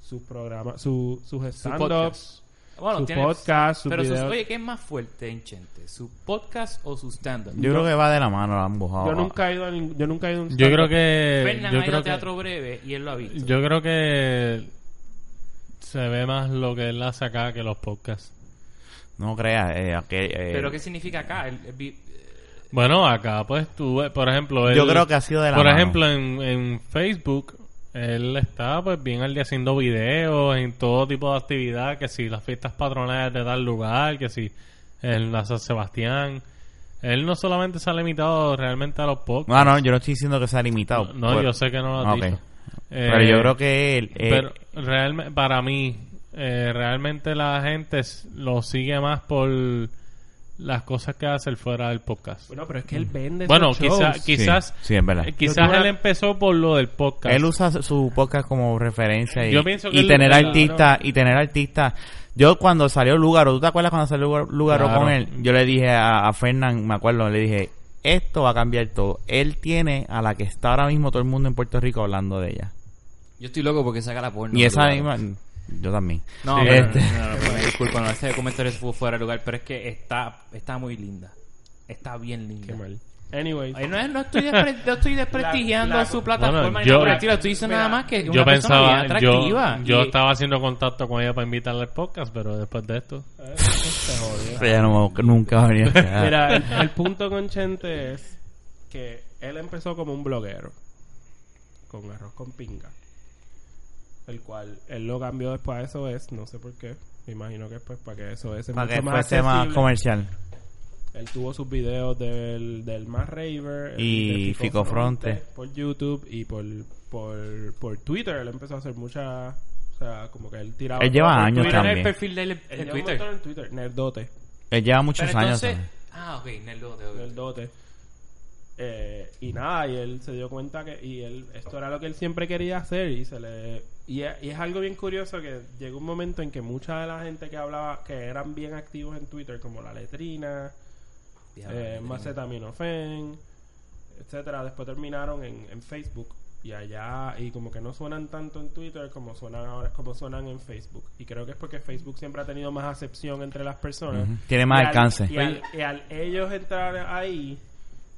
Speaker 5: sus programas, su, sus
Speaker 4: podcast.
Speaker 5: stand-ups,
Speaker 4: Bueno,
Speaker 5: su
Speaker 4: tiene-
Speaker 5: podcast, su
Speaker 4: pero sus-
Speaker 5: video.
Speaker 4: oye, ¿qué es más fuerte en Chente? ¿Su podcast o su stand-up?
Speaker 2: Yo creo que va de la mano ambos.
Speaker 5: Yo nunca he ido a ningún, yo nunca he ido a un
Speaker 3: Yo creo
Speaker 5: stand-up.
Speaker 3: que.
Speaker 4: Fernan
Speaker 3: Yo
Speaker 4: ha ido
Speaker 3: creo
Speaker 4: a teatro
Speaker 3: que,
Speaker 4: breve y él lo ha visto.
Speaker 3: yo creo que. Se ve más lo que él hace acá que los podcasts.
Speaker 2: No creas. eh, aquel, eh,
Speaker 4: Pero ¿qué significa acá? El- el vi-
Speaker 3: Bueno, acá, pues tú, eh, por ejemplo. él-
Speaker 2: Yo creo que ha sido de la
Speaker 3: Por
Speaker 2: mano.
Speaker 3: ejemplo, en, en Facebook, él está pues bien al día haciendo videos en todo tipo de actividad, que si las fiestas patronales de tal lugar, que si en la San Sebastián. Él no solamente se ha limitado realmente a los podcasts.
Speaker 2: No, no, yo no estoy diciendo que sea limitado.
Speaker 3: No,
Speaker 2: Pero-
Speaker 3: yo sé que no lo has
Speaker 2: Ah, pues, Ok.
Speaker 3: dicho.
Speaker 2: Pero
Speaker 3: Eh,
Speaker 2: yo creo que él... eh,
Speaker 3: pero realme- para mí, eh, realmente la gente s- lo sigue más por las cosas que hace él fuera del podcast.
Speaker 5: Bueno, pero es que él vende
Speaker 3: Bueno,
Speaker 5: esos shows.
Speaker 3: quizá-
Speaker 2: sí,
Speaker 3: quizás...
Speaker 2: Sí, en verdad.
Speaker 3: eh,
Speaker 5: Yo
Speaker 3: Quizás
Speaker 5: tuve-
Speaker 3: él empezó por lo del podcast.
Speaker 2: Él usa su podcast como referencia y,
Speaker 3: Yo pienso que
Speaker 2: y
Speaker 3: él-
Speaker 2: tener
Speaker 3: claro.
Speaker 2: artistas y tener artistas. Yo cuando salió Lugaro, ¿tú te acuerdas cuando salió Lugar- Lugaro
Speaker 3: Claro.
Speaker 2: con él? Yo le dije a, a Fernán, me acuerdo, le dije, esto va a cambiar todo. Él tiene a la que está ahora mismo todo el mundo en Puerto Rico hablando de ella.
Speaker 6: Yo estoy loco porque saca la porno.
Speaker 2: y esa
Speaker 6: Claro.
Speaker 2: misma, yo también.
Speaker 6: No,
Speaker 2: Sí.
Speaker 6: pero-
Speaker 2: Este-
Speaker 6: no, no, no, no,
Speaker 4: Disculpa, no, este comentario fue fuera de lugar, pero es que está, está muy linda. Está bien linda.
Speaker 5: Qué mal. Anyway.
Speaker 4: Ay, no, es- no estoy, despre- no estoy desprestigiando
Speaker 5: La- la-
Speaker 4: su plataforma
Speaker 3: Bueno,
Speaker 4: ni nada
Speaker 3: yo-
Speaker 4: por el estilo. Estoy diciendo
Speaker 5: Mira,
Speaker 4: nada más que es una
Speaker 3: yo
Speaker 4: persona bien
Speaker 3: pensaba, yo,
Speaker 4: atractiva.
Speaker 3: yo
Speaker 4: y-
Speaker 3: estaba haciendo contacto con ella para invitarla al podcast, pero después de esto.
Speaker 5: Eh, se jodió.
Speaker 2: Pero ella no, nunca va a venir acá.
Speaker 5: Mira, el, el punto con Chente es que él empezó como un bloguero con arroz con pinga. El cual él lo cambió después a eso es, no sé por qué. Me imagino que pues para que eso es
Speaker 2: para que fuese más comercial.
Speaker 5: Él tuvo sus videos del, del Más Raver el
Speaker 2: Y
Speaker 5: de
Speaker 2: Fico Fronte.
Speaker 5: Por YouTube y por, por, por Twitter. Él empezó a hacer muchas. O sea, como que él tiraba.
Speaker 2: Él lleva
Speaker 5: por
Speaker 2: años
Speaker 5: Twitter.
Speaker 4: Mira
Speaker 2: también.
Speaker 4: el perfil de él en-
Speaker 5: Él
Speaker 4: en
Speaker 5: lleva un
Speaker 4: Twitter.
Speaker 5: montón en Twitter. Nerdote.
Speaker 2: Él lleva muchos
Speaker 4: Pero
Speaker 2: años.
Speaker 4: entonces...
Speaker 2: ¿sabes?
Speaker 4: Ah, ok, Nerdo. ok.
Speaker 5: Nerdote. Eh, y nada, y él se dio cuenta que y él, esto era lo que él siempre quería hacer y se le y, es- y es algo bien curioso que llegó un momento en que mucha de la gente que hablaba que eran bien activos en Twitter como la letrina, eh, Macetaminofen, etcétera, después terminaron en, en Facebook y allá y como que no suenan tanto en Twitter como suenan ahora como suenan en Facebook y creo que es porque Facebook siempre ha tenido más acepción entre las personas
Speaker 2: Ujú. Tiene más
Speaker 5: Y al-
Speaker 2: alcance.
Speaker 5: y al, y al ellos entrar ahí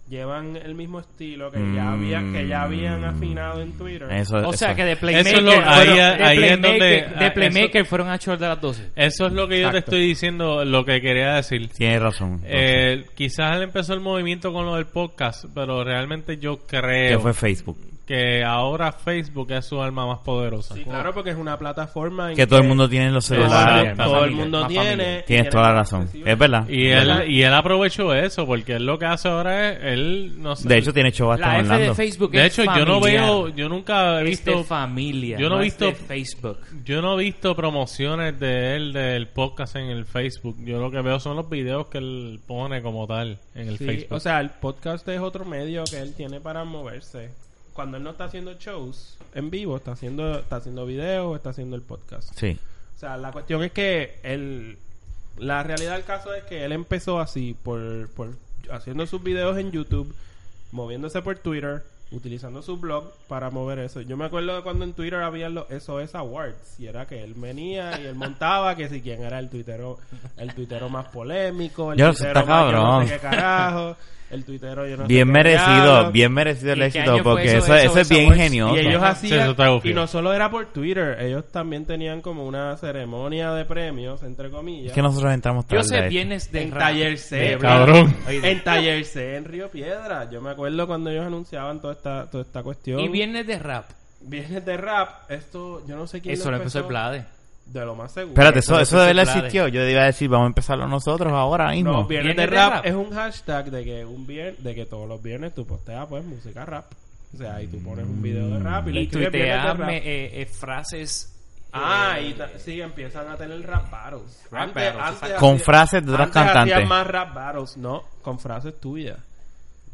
Speaker 5: llevan el mismo estilo que ya
Speaker 2: Mm.
Speaker 5: había que ya habían afinado en Twitter
Speaker 2: Eso,
Speaker 4: O sea
Speaker 2: eso.
Speaker 4: que de
Speaker 3: Eso
Speaker 4: Playmaker.
Speaker 3: es lo- ahí-
Speaker 4: fueron- de
Speaker 3: ahí es donde-
Speaker 4: Playmaker-
Speaker 3: ah,
Speaker 4: De
Speaker 3: eso-
Speaker 4: Playmaker fueron a Chor de las 12.
Speaker 3: Eso es lo que yo te
Speaker 5: Exacto.
Speaker 3: estoy diciendo, lo que quería decir.
Speaker 2: Tiene razón.
Speaker 3: Eh, quizás él empezó el movimiento con lo del podcast, pero realmente yo
Speaker 2: que
Speaker 3: creo
Speaker 2: fue Facebook.
Speaker 3: que ahora Facebook es su arma más poderosa.
Speaker 5: sí claro porque es una plataforma en
Speaker 2: Que todo el mundo tiene en los
Speaker 5: todo el mundo-
Speaker 2: celulares.
Speaker 3: Exacto.
Speaker 5: todo el
Speaker 4: Más
Speaker 5: mundo
Speaker 4: familia, más
Speaker 5: tiene
Speaker 4: familia.
Speaker 5: y
Speaker 2: Tienes
Speaker 5: tiene
Speaker 2: toda la
Speaker 5: más
Speaker 2: razón.
Speaker 5: accesible.
Speaker 2: Es verdad.
Speaker 3: Y
Speaker 2: Es verdad.
Speaker 3: él, y él aprovechó eso, porque él lo que hace ahora es, él no sé.
Speaker 2: De hecho, tiene show hasta
Speaker 4: La
Speaker 2: en
Speaker 4: F de
Speaker 2: Orlando.
Speaker 4: Facebook
Speaker 3: De
Speaker 4: es
Speaker 3: hecho, yo no
Speaker 4: familiar.
Speaker 3: veo, yo nunca he
Speaker 4: Es de
Speaker 3: visto,
Speaker 4: familia.
Speaker 3: yo no he
Speaker 4: es
Speaker 3: visto-
Speaker 4: de Facebook.
Speaker 3: yo no he visto promociones de él del podcast en el Facebook. Yo lo que veo son los videos que él pone como tal en el
Speaker 5: Sí,
Speaker 3: Facebook.
Speaker 5: o sea el podcast es otro medio que él tiene para moverse cuando él no está haciendo shows en vivo está haciendo está haciendo videos está haciendo el podcast
Speaker 2: Sí.
Speaker 5: O sea, la cuestión es que él, la realidad del caso es que él empezó así, por, por haciendo sus videos en YouTube, moviéndose por Twitter, utilizando su blog para mover eso. Yo me acuerdo de cuando en Twitter había los SOS Awards, y era que él venía y él montaba que si quién era el tuitero, el tuitero más polémico, el
Speaker 2: Ya, eso
Speaker 5: tuitero
Speaker 2: está
Speaker 5: más yo no
Speaker 2: cabrón.
Speaker 5: sé qué carajo, el tuitero yo no sé
Speaker 2: Bien
Speaker 5: qué
Speaker 2: merecido,
Speaker 5: diablo.
Speaker 2: bien merecido el
Speaker 4: ¿Y qué
Speaker 2: éxito,
Speaker 4: año fue
Speaker 2: porque
Speaker 4: eso
Speaker 2: eso,
Speaker 4: de
Speaker 2: eso es
Speaker 4: Sobe
Speaker 2: bien
Speaker 4: Awards?
Speaker 2: ingenioso.
Speaker 5: Y ellos
Speaker 3: Ajá. Sí, eso
Speaker 5: hacían,
Speaker 3: está bufio.
Speaker 5: y no solo era por Twitter, ellos también tenían como una ceremonia de premios, entre comillas.
Speaker 2: Es que nosotros entramos tarde.
Speaker 4: Yo sé
Speaker 2: a esto.
Speaker 4: viernes de
Speaker 5: en
Speaker 4: rap.
Speaker 5: Taller C,
Speaker 3: de
Speaker 5: brother.
Speaker 3: Eh, cabrón.
Speaker 5: En Taller C, en Río Piedra. Yo me acuerdo cuando ellos anunciaban toda esta, toda esta cuestión.
Speaker 4: Y viernes de rap.
Speaker 5: Viernes de rap, esto, yo no sé quién
Speaker 4: Eso lo empezó el Plade.
Speaker 5: De lo más seguro.
Speaker 2: Espérate, eso,
Speaker 4: Eso
Speaker 2: eso de
Speaker 4: es
Speaker 2: verdad
Speaker 4: clave.
Speaker 2: existió. Yo iba a decir, vamos a empezarlo nosotros ahora mismo.
Speaker 5: No, viernes,
Speaker 4: Viernes
Speaker 5: de,
Speaker 4: de
Speaker 5: rap,
Speaker 4: rap.
Speaker 5: es un hashtag de que un vier- de que todos los viernes tú posteas pues música rap. O sea, ahí tú pones un video de rap y, le
Speaker 4: Y
Speaker 5: escribes Viernes de
Speaker 4: tuitea
Speaker 5: Rap.
Speaker 4: me- eh, eh, frases.
Speaker 5: Ah,
Speaker 4: eh,
Speaker 5: y ta- sí, empiezan a tener rap battles.
Speaker 6: Rap
Speaker 5: Antes-
Speaker 6: battles,
Speaker 5: antes
Speaker 6: exacto.
Speaker 2: Con
Speaker 5: hacía-
Speaker 2: frases de otros
Speaker 5: antes hacían
Speaker 2: cantantes.
Speaker 5: más rap battles, no, con frases tuyas.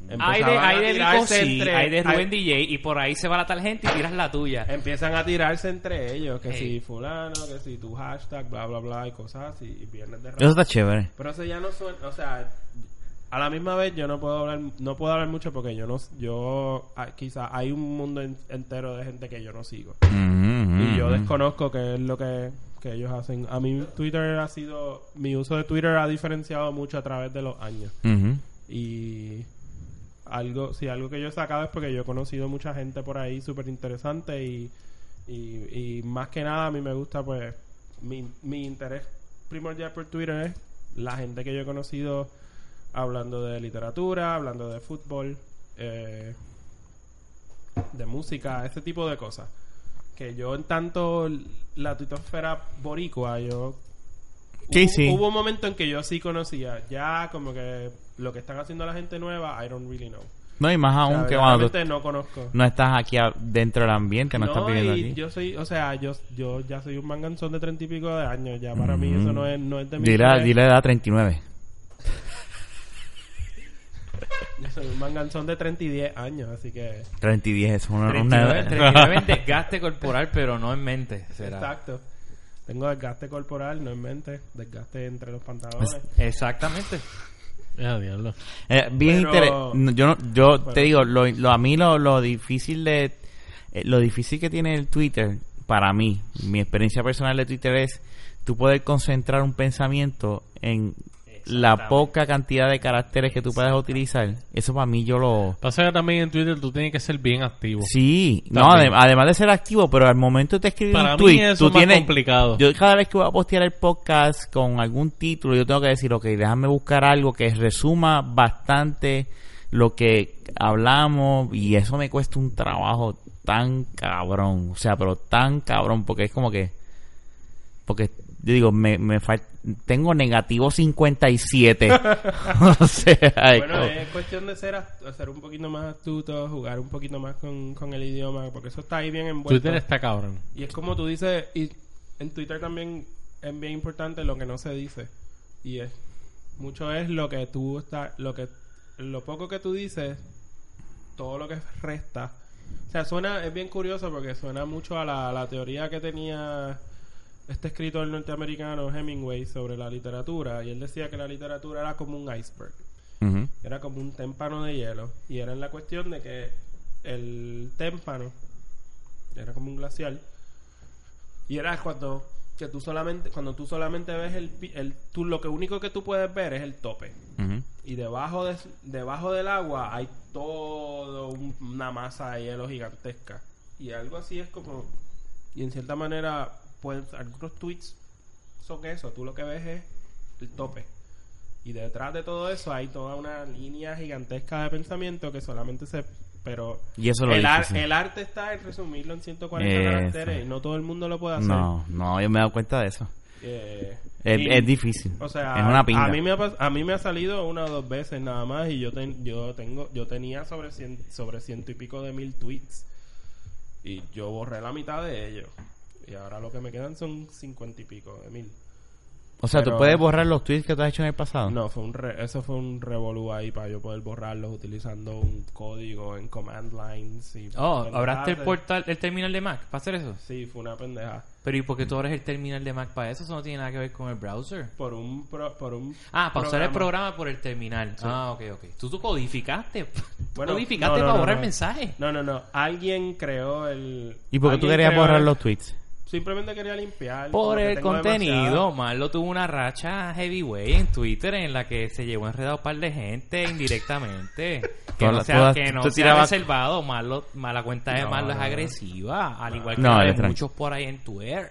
Speaker 4: Mm. Hay de,
Speaker 5: Empezaban
Speaker 4: hay
Speaker 5: a
Speaker 4: de Rico
Speaker 5: tirarse
Speaker 4: sí,
Speaker 5: entre-
Speaker 4: hay de Rubén
Speaker 5: hay- Em,
Speaker 4: DJ y por ahí se va la tal gente y tiras la tuya.
Speaker 5: Empiezan a tirarse entre ellos, que
Speaker 4: Ey.
Speaker 5: si fulano, que si tu hashtag, bla, bla, bla, y cosas así, y viernes de rap.
Speaker 2: Eso está chévere.
Speaker 5: Pero eso ya no suena, o sea, a la misma vez yo no puedo hablar, no puedo hablar mucho porque yo no, yo, ah, quizá hay un mundo en- entero de gente que yo no sigo.
Speaker 2: Ujú, ujú.
Speaker 5: que yo
Speaker 2: Ujú.
Speaker 5: desconozco que es lo que, que ellos hacen. A mí Twitter ha sido, mi uso de Twitter ha diferenciado mucho a través de los años.
Speaker 2: Ujú.
Speaker 5: Y algo, sí, algo que yo he sacado es porque yo he conocido mucha gente por ahí súper interesante y, y, y más que nada a mí me gusta pues mi, mi interés primordial por Twitter es la gente que yo he conocido hablando de literatura, hablando de fútbol, eh, de música, ese tipo de cosas. Que yo en tanto la tuitosfera boricua, yo
Speaker 2: Sí,
Speaker 5: hubo,
Speaker 2: sí.
Speaker 5: hubo un momento en que yo sí conocía, ya como que lo que están haciendo la gente nueva, I don't really know.
Speaker 2: No, y más
Speaker 5: O sea,
Speaker 2: aún que cuando tú
Speaker 5: realmente no conozco.
Speaker 2: no estás aquí a- dentro del ambiente, no, estás viviendo
Speaker 5: y
Speaker 2: aquí.
Speaker 5: yo soy, o sea, yo, yo ya soy un manganzón de treinta y pico de años, ya para mí eso no es, no es de mi
Speaker 2: Mm. Dile, a-
Speaker 5: interés.
Speaker 2: dile a la edad 39.
Speaker 5: Yo soy un manganzón de treinta y diez años, así que...
Speaker 2: 30 y 10 es una, una
Speaker 4: 39,
Speaker 2: edad.
Speaker 4: 39 en desgaste corporal, pero no en mente. será.
Speaker 5: Exacto. Tengo desgaste corporal, no en mente, desgaste entre los pantalones.
Speaker 2: Pues,
Speaker 4: Exactamente.
Speaker 3: Ah, diablo.
Speaker 2: Eh, bien
Speaker 5: Pero-
Speaker 2: interes- no, Yo, no- yo te digo, lo, lo- a mí lo, lo difícil de... eh, lo difícil que tiene el Twitter, para mí, mi experiencia personal de Twitter es tú poder concentrar un pensamiento en la poca cantidad de caracteres que tú puedas utilizar. Eso para mí yo lo...
Speaker 3: Pasa que también en Twitter tú tienes que ser bien activo.
Speaker 2: Sí, no,
Speaker 3: También.
Speaker 2: adem- además de ser activo, pero al momento de escribir
Speaker 3: Para
Speaker 2: un
Speaker 3: mí
Speaker 2: tweet,
Speaker 3: eso
Speaker 2: tú
Speaker 3: es más
Speaker 2: tienes-
Speaker 3: complicado.
Speaker 2: Yo cada vez que voy a postear el podcast con algún título, yo tengo que decir, ok, déjame buscar algo que resuma bastante lo que hablamos y eso me cuesta un trabajo tan cabrón, o sea, pero tan cabrón, porque es como que, porque yo digo, me, me fal- tengo negativo 57, o sea, es
Speaker 5: Bueno, eh,
Speaker 2: como-
Speaker 5: es cuestión de ser, astu- ser un poquito más astuto, jugar un poquito más con, con el idioma, porque eso está ahí bien envuelto.
Speaker 3: Twitter está cabrón.
Speaker 5: Y es como tú dices, y en Twitter también es bien importante lo que no se dice. Y es mucho es lo que tú está lo que lo poco que tú dices, todo lo que resta. O sea, suena es bien curioso porque suena mucho a la, a la teoría que tenía este escritor norteamericano Hemingway sobre la literatura y él decía que la literatura era como un iceberg
Speaker 2: Ujú.
Speaker 5: era como un témpano de hielo y era en la cuestión de que el témpano era como un glacial y era cuando que tú solamente cuando tú solamente ves el, pi- el tú lo que único que tú puedes ver es el tope
Speaker 2: Ujú.
Speaker 5: y debajo de, debajo del agua hay todo un- una masa de hielo gigantesca y algo así es como y en cierta manera pues algunos tweets son eso tú lo que ves es el tope y detrás de todo eso hay toda una línea gigantesca de pensamiento que solamente se pero
Speaker 2: Y eso es lo
Speaker 5: el, ar-
Speaker 2: difícil.
Speaker 5: el arte está en resumirlo en 140
Speaker 2: Eso.
Speaker 5: caracteres y no todo el mundo lo puede hacer
Speaker 2: No, no, yo me he dado cuenta de eso.
Speaker 5: Eh,
Speaker 2: Es,
Speaker 5: y-
Speaker 2: es difícil.
Speaker 5: o sea,
Speaker 2: es una pinga.
Speaker 5: A mí, me ha, pas- a mí me ha salido una o dos veces nada más y yo ten- yo tengo yo tenía sobre cien, sobre ciento y pico de mil tweets y yo borré la mitad de ellos y ahora lo que me quedan son cincuenta y pico de mil.
Speaker 2: o sea,
Speaker 5: pero-
Speaker 2: tú puedes borrar los tweets que tú has hecho en el
Speaker 4: Ah.
Speaker 2: pasado.
Speaker 5: No, fue un re- eso fue un revolú ahí para yo poder borrarlos utilizando un código en command lines y
Speaker 4: Oh, ¿abraste el
Speaker 5: pendejadas.
Speaker 4: portal, el terminal de Mac para hacer eso?
Speaker 5: Sí, fue una pendeja
Speaker 4: Pero ¿y por qué tú abres el terminal de Mac para eso? Eso no tiene nada que ver con el browser.
Speaker 5: por un pro- por un
Speaker 4: Ah, para usar el programa por el terminal. Ah, ok, ok. Tú, tú codificaste. Tú codificaste
Speaker 5: no, no,
Speaker 4: para
Speaker 5: no,
Speaker 4: borrar
Speaker 5: no.
Speaker 4: mensajes.
Speaker 5: No, no, no. Alguien creó el.
Speaker 2: ¿Y por qué tú
Speaker 5: alguien
Speaker 2: querías
Speaker 5: creó
Speaker 2: borrar
Speaker 5: el-
Speaker 2: los tweets?
Speaker 5: Simplemente quería limpiar.
Speaker 4: Por
Speaker 5: porque
Speaker 4: el
Speaker 5: tengo
Speaker 4: contenido,
Speaker 5: demasiado.
Speaker 4: Marlo tuvo una racha heavyweight en Twitter en la que se llevó enredado un par de gente indirectamente. que
Speaker 2: Todas
Speaker 4: no
Speaker 2: las-
Speaker 4: sea,
Speaker 2: todas-
Speaker 4: que no
Speaker 2: tú
Speaker 4: sea
Speaker 2: tirabas-
Speaker 4: reservado, Marlo, ma- la cuenta de
Speaker 5: No,
Speaker 4: Marlo
Speaker 5: no,
Speaker 4: es
Speaker 5: no.
Speaker 4: agresiva, al igual que
Speaker 2: No,
Speaker 4: la de
Speaker 2: eres tranqui.
Speaker 4: muchos por ahí en Twitter.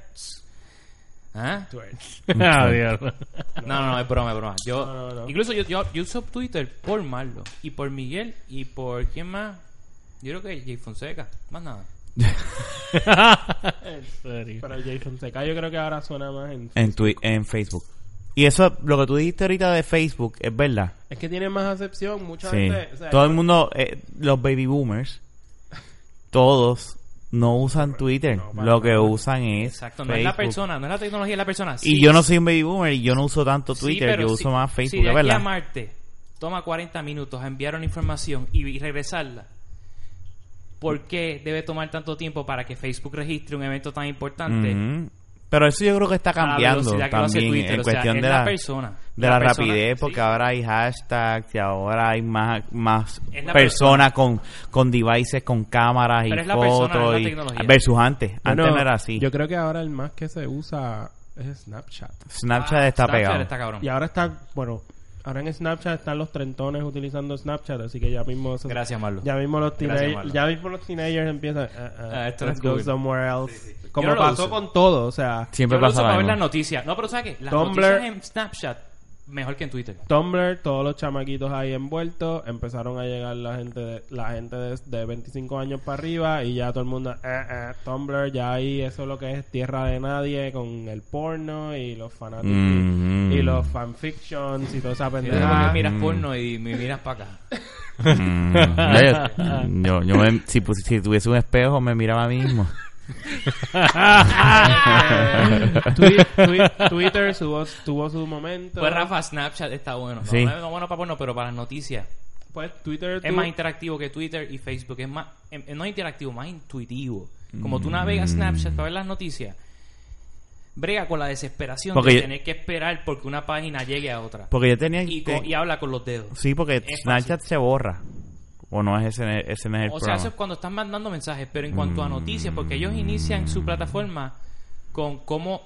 Speaker 4: ¿Ah?
Speaker 5: Tú eres.
Speaker 3: ah, diablo.
Speaker 4: No, no, no, es broma, es broma. Yo,
Speaker 5: No, no, no.
Speaker 4: Incluso yo, yo, yo uso Twitter por Marlo y por Miguel y por quién más. Yo creo que Jay Fonseca, más nada.
Speaker 3: en serio.
Speaker 5: Pero Jason Seca, yo creo que ahora suena más en.
Speaker 2: En, twi- en Facebook. Y eso, lo que tú dijiste ahorita de Facebook, es verdad.
Speaker 5: Es que tiene más acepción. Mucha
Speaker 2: Sí.
Speaker 5: gente. o sea,
Speaker 2: Todo el mundo, eh, los baby boomers, todos no usan Twitter. lo que usan es.
Speaker 4: Exacto, no es la
Speaker 2: Facebook.
Speaker 4: persona, no es la tecnología, es la persona.
Speaker 2: Y
Speaker 4: Sí,
Speaker 2: yo no soy un baby boomer y yo no uso tanto
Speaker 4: Sí,
Speaker 2: Twitter,
Speaker 4: pero
Speaker 2: yo
Speaker 4: si-
Speaker 2: uso más Facebook,
Speaker 4: Si de
Speaker 2: es
Speaker 4: aquí
Speaker 2: verdad.
Speaker 4: a Marte toma 40 minutos a enviar una información y, y regresarla, ¿por qué debe tomar tanto tiempo para que Facebook registre un evento tan importante?
Speaker 2: Ujú. Pero eso yo creo que
Speaker 4: Ah,
Speaker 2: está cambiando
Speaker 4: velocidad que lo hace
Speaker 2: también
Speaker 4: Twitter,
Speaker 2: en
Speaker 4: o sea,
Speaker 2: cuestión
Speaker 4: es
Speaker 2: de
Speaker 4: la
Speaker 2: la,
Speaker 4: persona.
Speaker 2: de
Speaker 4: La
Speaker 2: la,
Speaker 4: persona,
Speaker 2: rapidez, porque
Speaker 4: sí.
Speaker 2: ahora hay hashtags y ahora hay más, más
Speaker 4: Es la
Speaker 2: personas con, con devices, con cámaras
Speaker 4: Pero es
Speaker 2: y
Speaker 4: la persona,
Speaker 2: fotos.
Speaker 4: no es la
Speaker 2: y-
Speaker 4: tecnología.
Speaker 2: versus antes. Antes
Speaker 5: Bueno,
Speaker 2: no era así.
Speaker 5: Yo creo que ahora el más que se usa es Snapchat.
Speaker 2: Snapchat está
Speaker 4: Ah, Snapchat
Speaker 2: pegado.
Speaker 4: está cabrón.
Speaker 5: Y ahora está, bueno, ahora en Snapchat están los trentones utilizando Snapchat, así que ya mismo... se-
Speaker 6: Gracias, Marlo.
Speaker 5: Ya mismo los
Speaker 6: Gracias,
Speaker 5: teenagers,
Speaker 6: Marlo.
Speaker 5: ya mismo los teenagers empiezan... uh, uh,
Speaker 6: Ah, esto no
Speaker 5: let's
Speaker 6: es
Speaker 5: go
Speaker 6: cool.
Speaker 5: somewhere else. Como
Speaker 6: Yo no lo
Speaker 5: pasó
Speaker 6: uso.
Speaker 5: con todo, o sea...
Speaker 2: Siempre
Speaker 4: Yo lo
Speaker 2: pasa
Speaker 4: uso
Speaker 2: lo
Speaker 4: para ver
Speaker 2: mismo.
Speaker 4: las noticias. No, pero ¿sabes qué? Las
Speaker 5: Tumblr-
Speaker 4: noticias en Snapchat mejor que en Twitter.
Speaker 5: Tumblr, todos los chamaquitos ahí envueltos, empezaron a llegar la gente de, la gente de, de 25 años para arriba y ya todo el mundo, eh, eh, Tumblr, ya ahí eso es lo que es tierra de nadie con el porno y los fanáticos
Speaker 2: Mhm.
Speaker 5: y los fanfictions y toda esa
Speaker 4: Yo digo que
Speaker 5: pendejada.
Speaker 4: Ah, miras porno y me miras para acá.
Speaker 2: Mm, ¿ves? yo, yo me- si, pus- si tuviese un espejo me miraba a mí mismo.
Speaker 5: Twi- Eh, twi- Twitter tuvo, tuvo su momento.
Speaker 4: Pues Rafa, Snapchat está bueno. No,
Speaker 2: Sí.
Speaker 4: No, es bueno para porno, pero para las noticias.
Speaker 5: Pues Twitter
Speaker 4: Es
Speaker 5: tu-
Speaker 4: más interactivo que Twitter y Facebook. Es más, em- no interactivo, más intuitivo. Como
Speaker 2: Mm.
Speaker 4: tú navegas Snapchat para ver las noticias, brega con la desesperación
Speaker 2: Porque
Speaker 4: de
Speaker 2: yo-
Speaker 4: tener que esperar porque una página llegue a otra.
Speaker 2: Porque yo tenía...
Speaker 4: Y,
Speaker 2: te-
Speaker 4: co- y habla con los dedos.
Speaker 2: sí, porque
Speaker 4: fácil.
Speaker 2: Snapchat se borra. O no es ese, ese no es el Mm.
Speaker 4: O sea,
Speaker 2: problema.
Speaker 4: eso es cuando están mandando mensajes, pero en cuanto a noticias, porque ellos inician su plataforma con cómo,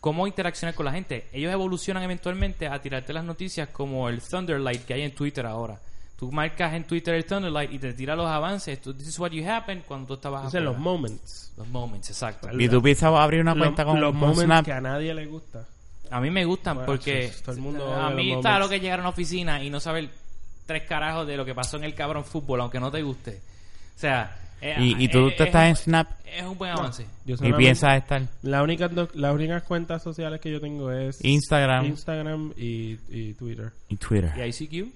Speaker 4: cómo interaccionar con la gente. Ellos evolucionan eventualmente a tirarte las noticias como el Thunderlight que hay en Twitter ahora. Tú marcas en Twitter el Thunderlight y te tira los avances. Tú, This is what you happened cuando tú estabas
Speaker 5: Entonces, los
Speaker 4: afuera.
Speaker 5: moments.
Speaker 4: Los moments, exacto.
Speaker 2: Y tú pensabas abrir una
Speaker 5: Los,
Speaker 2: cuenta con,
Speaker 5: los
Speaker 2: con
Speaker 5: moments
Speaker 2: Snap.
Speaker 5: que a nadie le gusta.
Speaker 4: A mí me gustan
Speaker 5: Bueno,
Speaker 4: porque
Speaker 5: sí, todo el mundo odia
Speaker 4: a
Speaker 5: los
Speaker 4: mí
Speaker 5: moments.
Speaker 4: está lo que llegar a una oficina y no saber tres carajos de lo que pasó en el cabrón fútbol, aunque no te guste. O sea, eh,
Speaker 2: Y, y tú
Speaker 4: eh,
Speaker 2: te
Speaker 4: es
Speaker 2: estás
Speaker 4: un-
Speaker 2: en Snap
Speaker 4: Es un buen avance.
Speaker 5: Yo
Speaker 2: y
Speaker 5: solamente-
Speaker 2: piensas estar...
Speaker 5: La única do- las únicas cuentas sociales que yo tengo es
Speaker 2: Instagram.
Speaker 5: Instagram y, y Twitter.
Speaker 2: Y Twitter.
Speaker 4: ¿Y ICQ?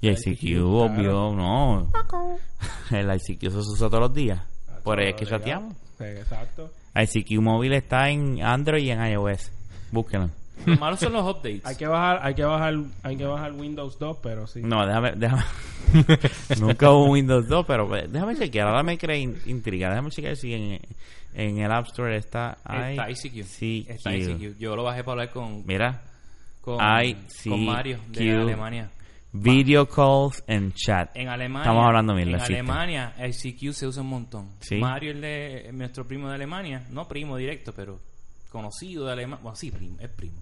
Speaker 2: Y ICQ,
Speaker 5: claro.
Speaker 2: obvio, no. El ICQ eso se usa todos los días.
Speaker 4: Ah,
Speaker 2: Por ahí es que chateamos.
Speaker 5: Sí, Exacto.
Speaker 2: ICQ móvil está en Android y en iOS. Búsquenlo.
Speaker 4: Lo malo son los updates.
Speaker 5: Hay que bajar, hay que bajar, hay que bajar Windows 2, pero sí.
Speaker 2: No, déjame, déjame. Nunca hubo Windows 2, pero eh, déjame chequear. Ahora me creé in- intriga. Déjame chequear si en, en el App Store está
Speaker 4: Ah, Está ICQ.
Speaker 2: ICQ.
Speaker 4: Está ICQ. Yo lo bajé para hablar con,
Speaker 2: Mira,
Speaker 4: con,
Speaker 2: ICQ.
Speaker 4: con Mario de Alemania.
Speaker 2: video calls and chat.
Speaker 4: En Alemania.
Speaker 2: Estamos hablando mil,
Speaker 4: En
Speaker 2: existe.
Speaker 4: Alemania, ICQ se usa un montón.
Speaker 2: Sí.
Speaker 4: Mario es de, nuestro primo de Alemania. No primo directo, pero conocido de Alemania. Bueno, sí, primo, es primo.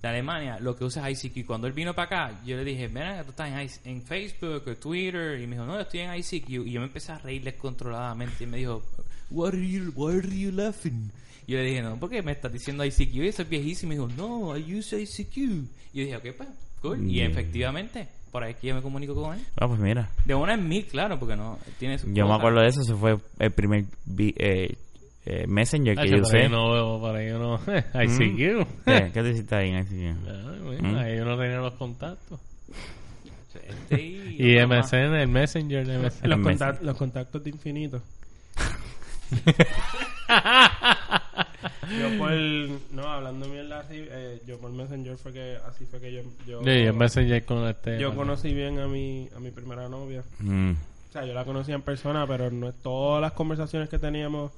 Speaker 4: De Alemania, lo que usa es ICQ. Cuando él vino para acá, yo le dije, ven acá, tú estás en, IC en Facebook o Twitter. Y me dijo, no, yo estoy en ICQ. Y yo me empecé a reír descontroladamente. Y me dijo, what are you, why are you laughing? Y yo le dije, no, ¿por qué me estás diciendo ICQ? Y eso es viejísimo. Y me dijo, no, I use ICQ. Y yo dije, ok, pues, cool.
Speaker 2: Mm.
Speaker 4: Y efectivamente, por ahí es que yo me comunico con él.
Speaker 2: Ah, pues mira.
Speaker 4: De una en mil, claro, porque no tiene su
Speaker 2: Yo me
Speaker 4: cuota.
Speaker 2: acuerdo de eso. Ese fue el primer vi- eh, eh, Messenger que
Speaker 4: Ah,
Speaker 3: Ay,
Speaker 2: yo Eh.
Speaker 3: que por ahí
Speaker 2: usé.
Speaker 3: no veo, por ahí no. ICQ.
Speaker 2: ¿Qué, ¿Qué te hiciste ahí en ICQ?
Speaker 3: Ay, Ah, bueno, Ahí uno tenía los contactos.
Speaker 4: Este y,
Speaker 3: Y MSN, el Messenger de MSN.
Speaker 5: Los,
Speaker 2: En
Speaker 5: conta-
Speaker 2: Messenger.
Speaker 5: los contactos de infinito. yo por no hablando mierda así, eh, yo por Messenger fue que así fue que yo yo,
Speaker 3: Sí, el Messenger con este.
Speaker 5: yo conocí bien a mi a mi primera novia.
Speaker 2: Mm.
Speaker 5: O sea, yo la conocía en persona, pero no todas las conversaciones que teníamos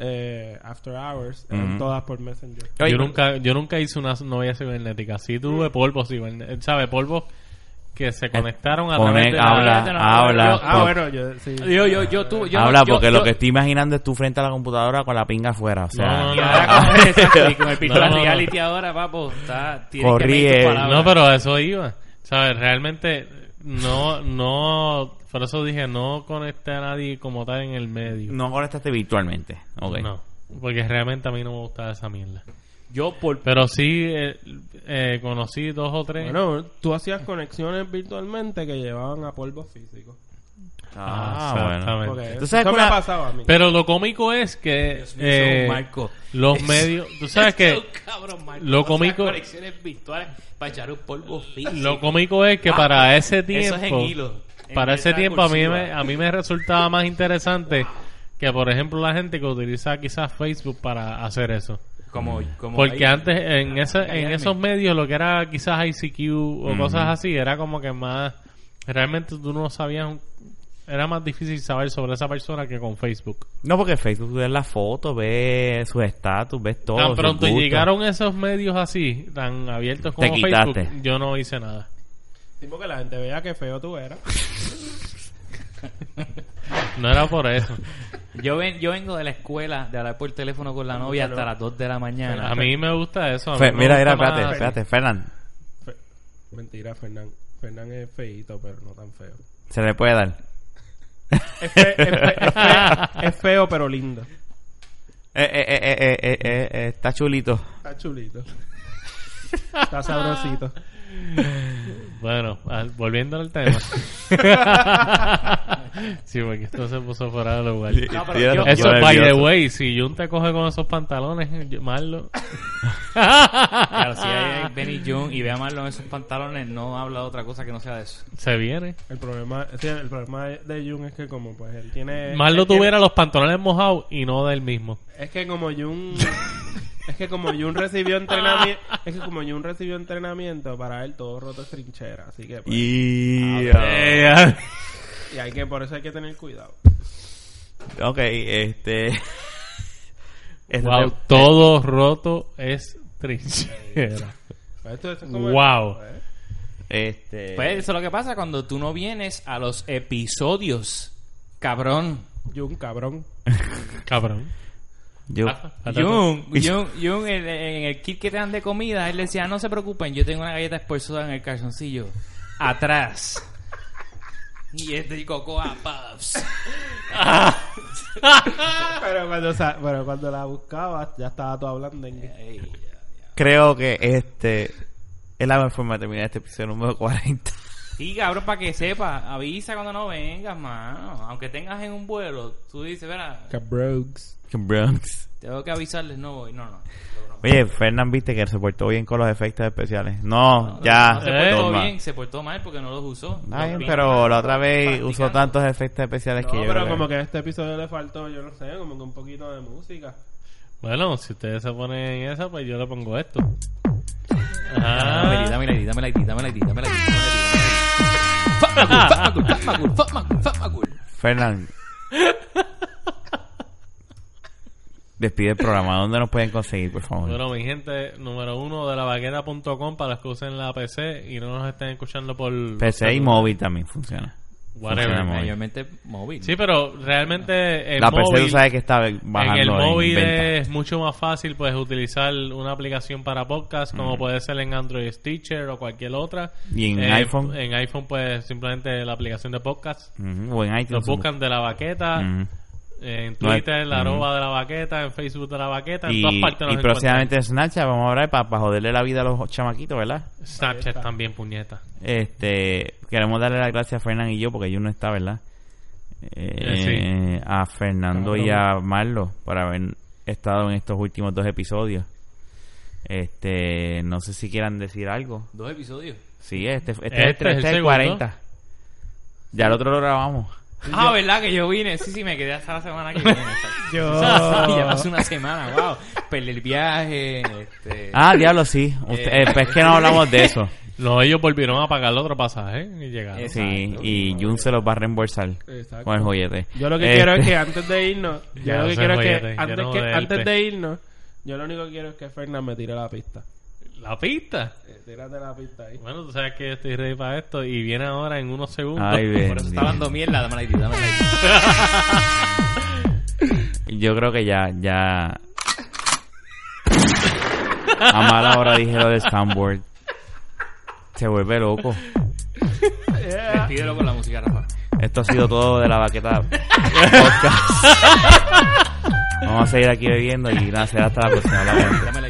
Speaker 5: eh, after hours eran
Speaker 2: Ujú.
Speaker 5: todas por Messenger.
Speaker 2: Oye,
Speaker 3: Yo nunca, yo nunca hice una novia cibernética. Sí tuve polvos cibernéticos. ¿Sabes? Polvos que se conectaron a través
Speaker 2: Conect-
Speaker 3: de la-
Speaker 2: habla,
Speaker 4: de la-
Speaker 2: habla.
Speaker 5: Yo- ah,
Speaker 2: por-
Speaker 5: bueno, yo sí.
Speaker 4: yo, yo, yo tuve. Yo,
Speaker 2: habla
Speaker 4: yo-
Speaker 2: porque
Speaker 4: yo-
Speaker 2: lo que estoy imaginando es tú frente a la computadora con la pinga afuera. O sea,
Speaker 3: No, no,
Speaker 4: Y ahora con, exacto, y con el pistola
Speaker 3: No, no, no.
Speaker 4: reality ahora, papo, está. tiene
Speaker 2: Corríe.
Speaker 4: Que medir tus
Speaker 3: No,
Speaker 4: palabras.
Speaker 3: pero a eso iba. ¿Sabes? Realmente no, no. Por eso dije, no conecté a nadie como tal en el medio.
Speaker 2: no conectaste virtualmente. Ok.
Speaker 3: No. Porque realmente a mí no me gustaba esa mierda.
Speaker 4: Yo por.
Speaker 3: Pero sí eh, eh, conocí dos o tres.
Speaker 5: Bueno, tú hacías conexiones virtualmente que llevaban a polvos físicos.
Speaker 2: Ah, bueno.
Speaker 3: exactamente.
Speaker 5: Porque
Speaker 2: ¿Tú sabes
Speaker 5: eso me
Speaker 2: cuál-
Speaker 5: ha pasado a mí.
Speaker 3: Pero lo cómico es que
Speaker 4: Dios mío,
Speaker 3: eh,
Speaker 4: eso es un marco.
Speaker 3: los medios, tú sabes que
Speaker 4: Eso, cabrón, Marco,
Speaker 3: lo
Speaker 4: o sea,
Speaker 3: cómico-
Speaker 4: conexiones virtuales para echar un polvo físico.
Speaker 3: lo cómico es que para ese
Speaker 4: Eso
Speaker 3: tiempo,
Speaker 4: es en hilo. en
Speaker 3: para ese
Speaker 4: letra
Speaker 3: tiempo a mí
Speaker 4: cursiva.
Speaker 3: me, a mí me resultaba más interesante que por ejemplo la gente que utiliza quizás Facebook para hacer eso.
Speaker 4: Como, como
Speaker 3: Porque
Speaker 4: ahí-
Speaker 3: antes en ese- en
Speaker 4: Callarme.
Speaker 3: esos medios lo que era quizás ICQ o cosas así era como que más realmente tú no sabías un- era más difícil saber sobre esa persona que con Facebook.
Speaker 2: No, porque Facebook tú ves las fotos, ves sus estatus, ves todo.
Speaker 3: tan
Speaker 2: sus
Speaker 3: pronto
Speaker 2: gustos.
Speaker 3: llegaron esos medios así, tan abiertos
Speaker 2: Te
Speaker 3: como
Speaker 2: quitaste.
Speaker 3: Facebook, yo no hice nada.
Speaker 5: Tipo que la gente vea que feo tú eras.
Speaker 3: No era por eso.
Speaker 4: Yo, ven, yo vengo de la escuela de hablar por teléfono con la novia hasta las 2 de la mañana.
Speaker 3: A mí me gusta eso. a mí
Speaker 2: Fe-
Speaker 3: me
Speaker 2: mira, mira,
Speaker 3: gusta
Speaker 2: espérate,
Speaker 3: más-
Speaker 2: espérate, Fernan.
Speaker 5: Fe- Mentira, Fernán. Fernán es feíto, pero no tan feo.
Speaker 2: Se le puede dar.
Speaker 5: Es, fe- es fe- es fe- es feo, pero lindo.
Speaker 2: Eh, eh, eh, eh, eh, eh, eh, eh, está chulito.
Speaker 5: Está chulito. Está sabrosito.
Speaker 3: Bueno, al- volviendo al tema. sí, porque esto se puso fuera de lugar.
Speaker 2: No,
Speaker 4: pero yo-
Speaker 3: Eso, by the way, si Jun te coge con esos pantalones, yo- Marlo.
Speaker 4: Claro, si hay Benny June y ve a Marlon en esos pantalones, no habla de otra cosa que no sea de eso.
Speaker 3: Se viene.
Speaker 5: El problema, sí, el problema de Jun es que como pues él
Speaker 4: Eh,
Speaker 5: tiene...
Speaker 3: Marlo
Speaker 5: él tiene-
Speaker 3: tuviera los pantalones mojados y no del mismo.
Speaker 5: Es que como Jun... es que como Jun recibió entrenamiento... Es que como Jun recibió entrenamiento, para él todo roto es trinchera. Así que pues, y...
Speaker 2: Y... ah,
Speaker 5: hay que... Por eso hay que tener cuidado.
Speaker 2: Ok, este... Esto
Speaker 3: Eh, wow,
Speaker 4: Eh,
Speaker 2: te-
Speaker 3: todo roto es trinchera.
Speaker 5: Pues, Esto, esto es como-
Speaker 3: Wow.
Speaker 5: pues,
Speaker 2: Este...
Speaker 4: Pues eso es lo que pasa cuando tú no vienes a los episodios, cabrón.
Speaker 5: Jun, cabrón.
Speaker 3: Cabrón.
Speaker 2: yo-
Speaker 4: Jun, Jun, Jun, en, en el kit que te dan de comida, él decía, no se preocupen, yo tengo una galleta esporzada en el calzoncillo. Atrás. Y es de Cocoa Puffs.
Speaker 5: Pero cuando, sa- pero cuando la buscabas, ya estaba todo hablando en...
Speaker 2: Creo que este... Es la mejor forma de terminar este episodio número 40.
Speaker 4: Y cabrón, para que sepa, avisa cuando no vengas, mano. Aunque tengas en un vuelo, tú dices, verá,
Speaker 5: Cabrogs.
Speaker 2: Bronx.
Speaker 4: tengo que avisarles, no voy, no, no.
Speaker 2: Oye, Fernan, viste que se portó bien con los efectos especiales. No, ya.
Speaker 4: No, se
Speaker 3: Eh.
Speaker 4: portó
Speaker 2: toma.
Speaker 4: bien, se portó mal porque no los usó.
Speaker 2: Está bien,
Speaker 4: Los
Speaker 2: pero la
Speaker 4: vino
Speaker 2: otra vez
Speaker 4: practicando.
Speaker 2: usó tantos efectos especiales
Speaker 5: No,
Speaker 2: que yo...
Speaker 5: pero
Speaker 2: creo
Speaker 5: como que a este episodio le faltó, yo no sé, como que un poquito de música.
Speaker 3: Bueno, si ustedes se ponen en esa, pues yo le pongo esto.
Speaker 6: Dame
Speaker 3: Ah,
Speaker 6: la ID, dame la ID, dame la ID, dame la ID, dame la ID.
Speaker 2: Fernán. Despide el programa. ¿Dónde nos pueden conseguir, por favor?
Speaker 3: bueno, mi gente, número uno de la vaquera.com para los que usen la PC y no nos estén escuchando por
Speaker 2: PC y móvil también funciona.
Speaker 3: Whatever.
Speaker 2: Funciona móvil.
Speaker 6: Mayormente móvil.
Speaker 3: Sí, pero realmente el
Speaker 2: La PC
Speaker 3: móvil,
Speaker 2: tú sabes que está
Speaker 3: en el
Speaker 2: bajando en,
Speaker 3: móvil
Speaker 2: venta.
Speaker 3: es mucho más fácil pues utilizar una aplicación para podcast como puede ser en Android Stitcher o cualquier otra. Eh,
Speaker 2: ¿Y en iPhone?
Speaker 3: En iPhone pues simplemente la aplicación de podcast.
Speaker 2: Ujú, O en
Speaker 3: Nos
Speaker 2: iTunes.
Speaker 3: buscan de la vaqueta.
Speaker 2: Ujú.
Speaker 3: En
Speaker 2: No hay-
Speaker 3: Twitter, la arroba de la vaqueta, en Facebook de la vaqueta, en todas
Speaker 2: Y,
Speaker 3: partes nos
Speaker 2: y próximamente en Snapchat vamos a hablar para joderle la vida a los chamaquitos, ¿verdad?
Speaker 3: encuentran. Snapchat también, puñeta.
Speaker 2: Este, queremos darle las gracias a Fernán y yo porque yo no está, ¿verdad? Eh, A Fernando y a Marlo por haber estado en estos últimos dos episodios. Este, no sé si quieran decir algo.
Speaker 4: Dos episodios.
Speaker 2: Sí, este, este,
Speaker 3: Este
Speaker 2: es el tres- este es el
Speaker 3: es el segundo.
Speaker 2: 40. Ya el otro lo grabamos.
Speaker 4: Ah, ¿verdad? Que yo vine. Sí, sí, me quedé hasta la semana que viene.
Speaker 5: Yo...
Speaker 4: ya pasó una semana, wow. Perdí el viaje. Este...
Speaker 2: Ah, diablo, sí. Usted- eh, pues es que no hablamos de eso.
Speaker 3: No, ellos volvieron a pagar el otro pasaje y llegaron.
Speaker 4: Es-
Speaker 2: Eh, Sí,
Speaker 4: Exacto.
Speaker 2: y Jun se los va a reembolsar
Speaker 5: Exacto.
Speaker 2: con el joyete.
Speaker 5: Yo lo que
Speaker 2: Este,
Speaker 5: quiero es que antes de irnos, yo
Speaker 3: Ya,
Speaker 5: lo que
Speaker 3: eso
Speaker 5: quiero
Speaker 3: es
Speaker 5: es que,
Speaker 3: joyete, ya
Speaker 5: antes,
Speaker 3: no
Speaker 5: que
Speaker 3: del té.
Speaker 5: antes de irnos, yo lo único que quiero es que Fernan me tire la pista.
Speaker 3: La pista.
Speaker 5: Eh, tírate la pista ahí.
Speaker 3: Bueno, tú sabes que yo estoy ready para esto y viene ahora en unos segundos.
Speaker 2: Ay,
Speaker 3: Por
Speaker 2: bendito.
Speaker 3: eso
Speaker 6: Está hablando mierda, dame la ID, dame la ID.
Speaker 2: Yo creo que ya, ya. A mala hora dije lo del soundboard. Se vuelve loco.
Speaker 6: Pídelo con la música, Rafa.
Speaker 2: Esto ha sido todo de la baqueta podcast. Vamos a seguir aquí bebiendo y nada, será hasta la próxima. Hablamos.
Speaker 6: Dame la ID.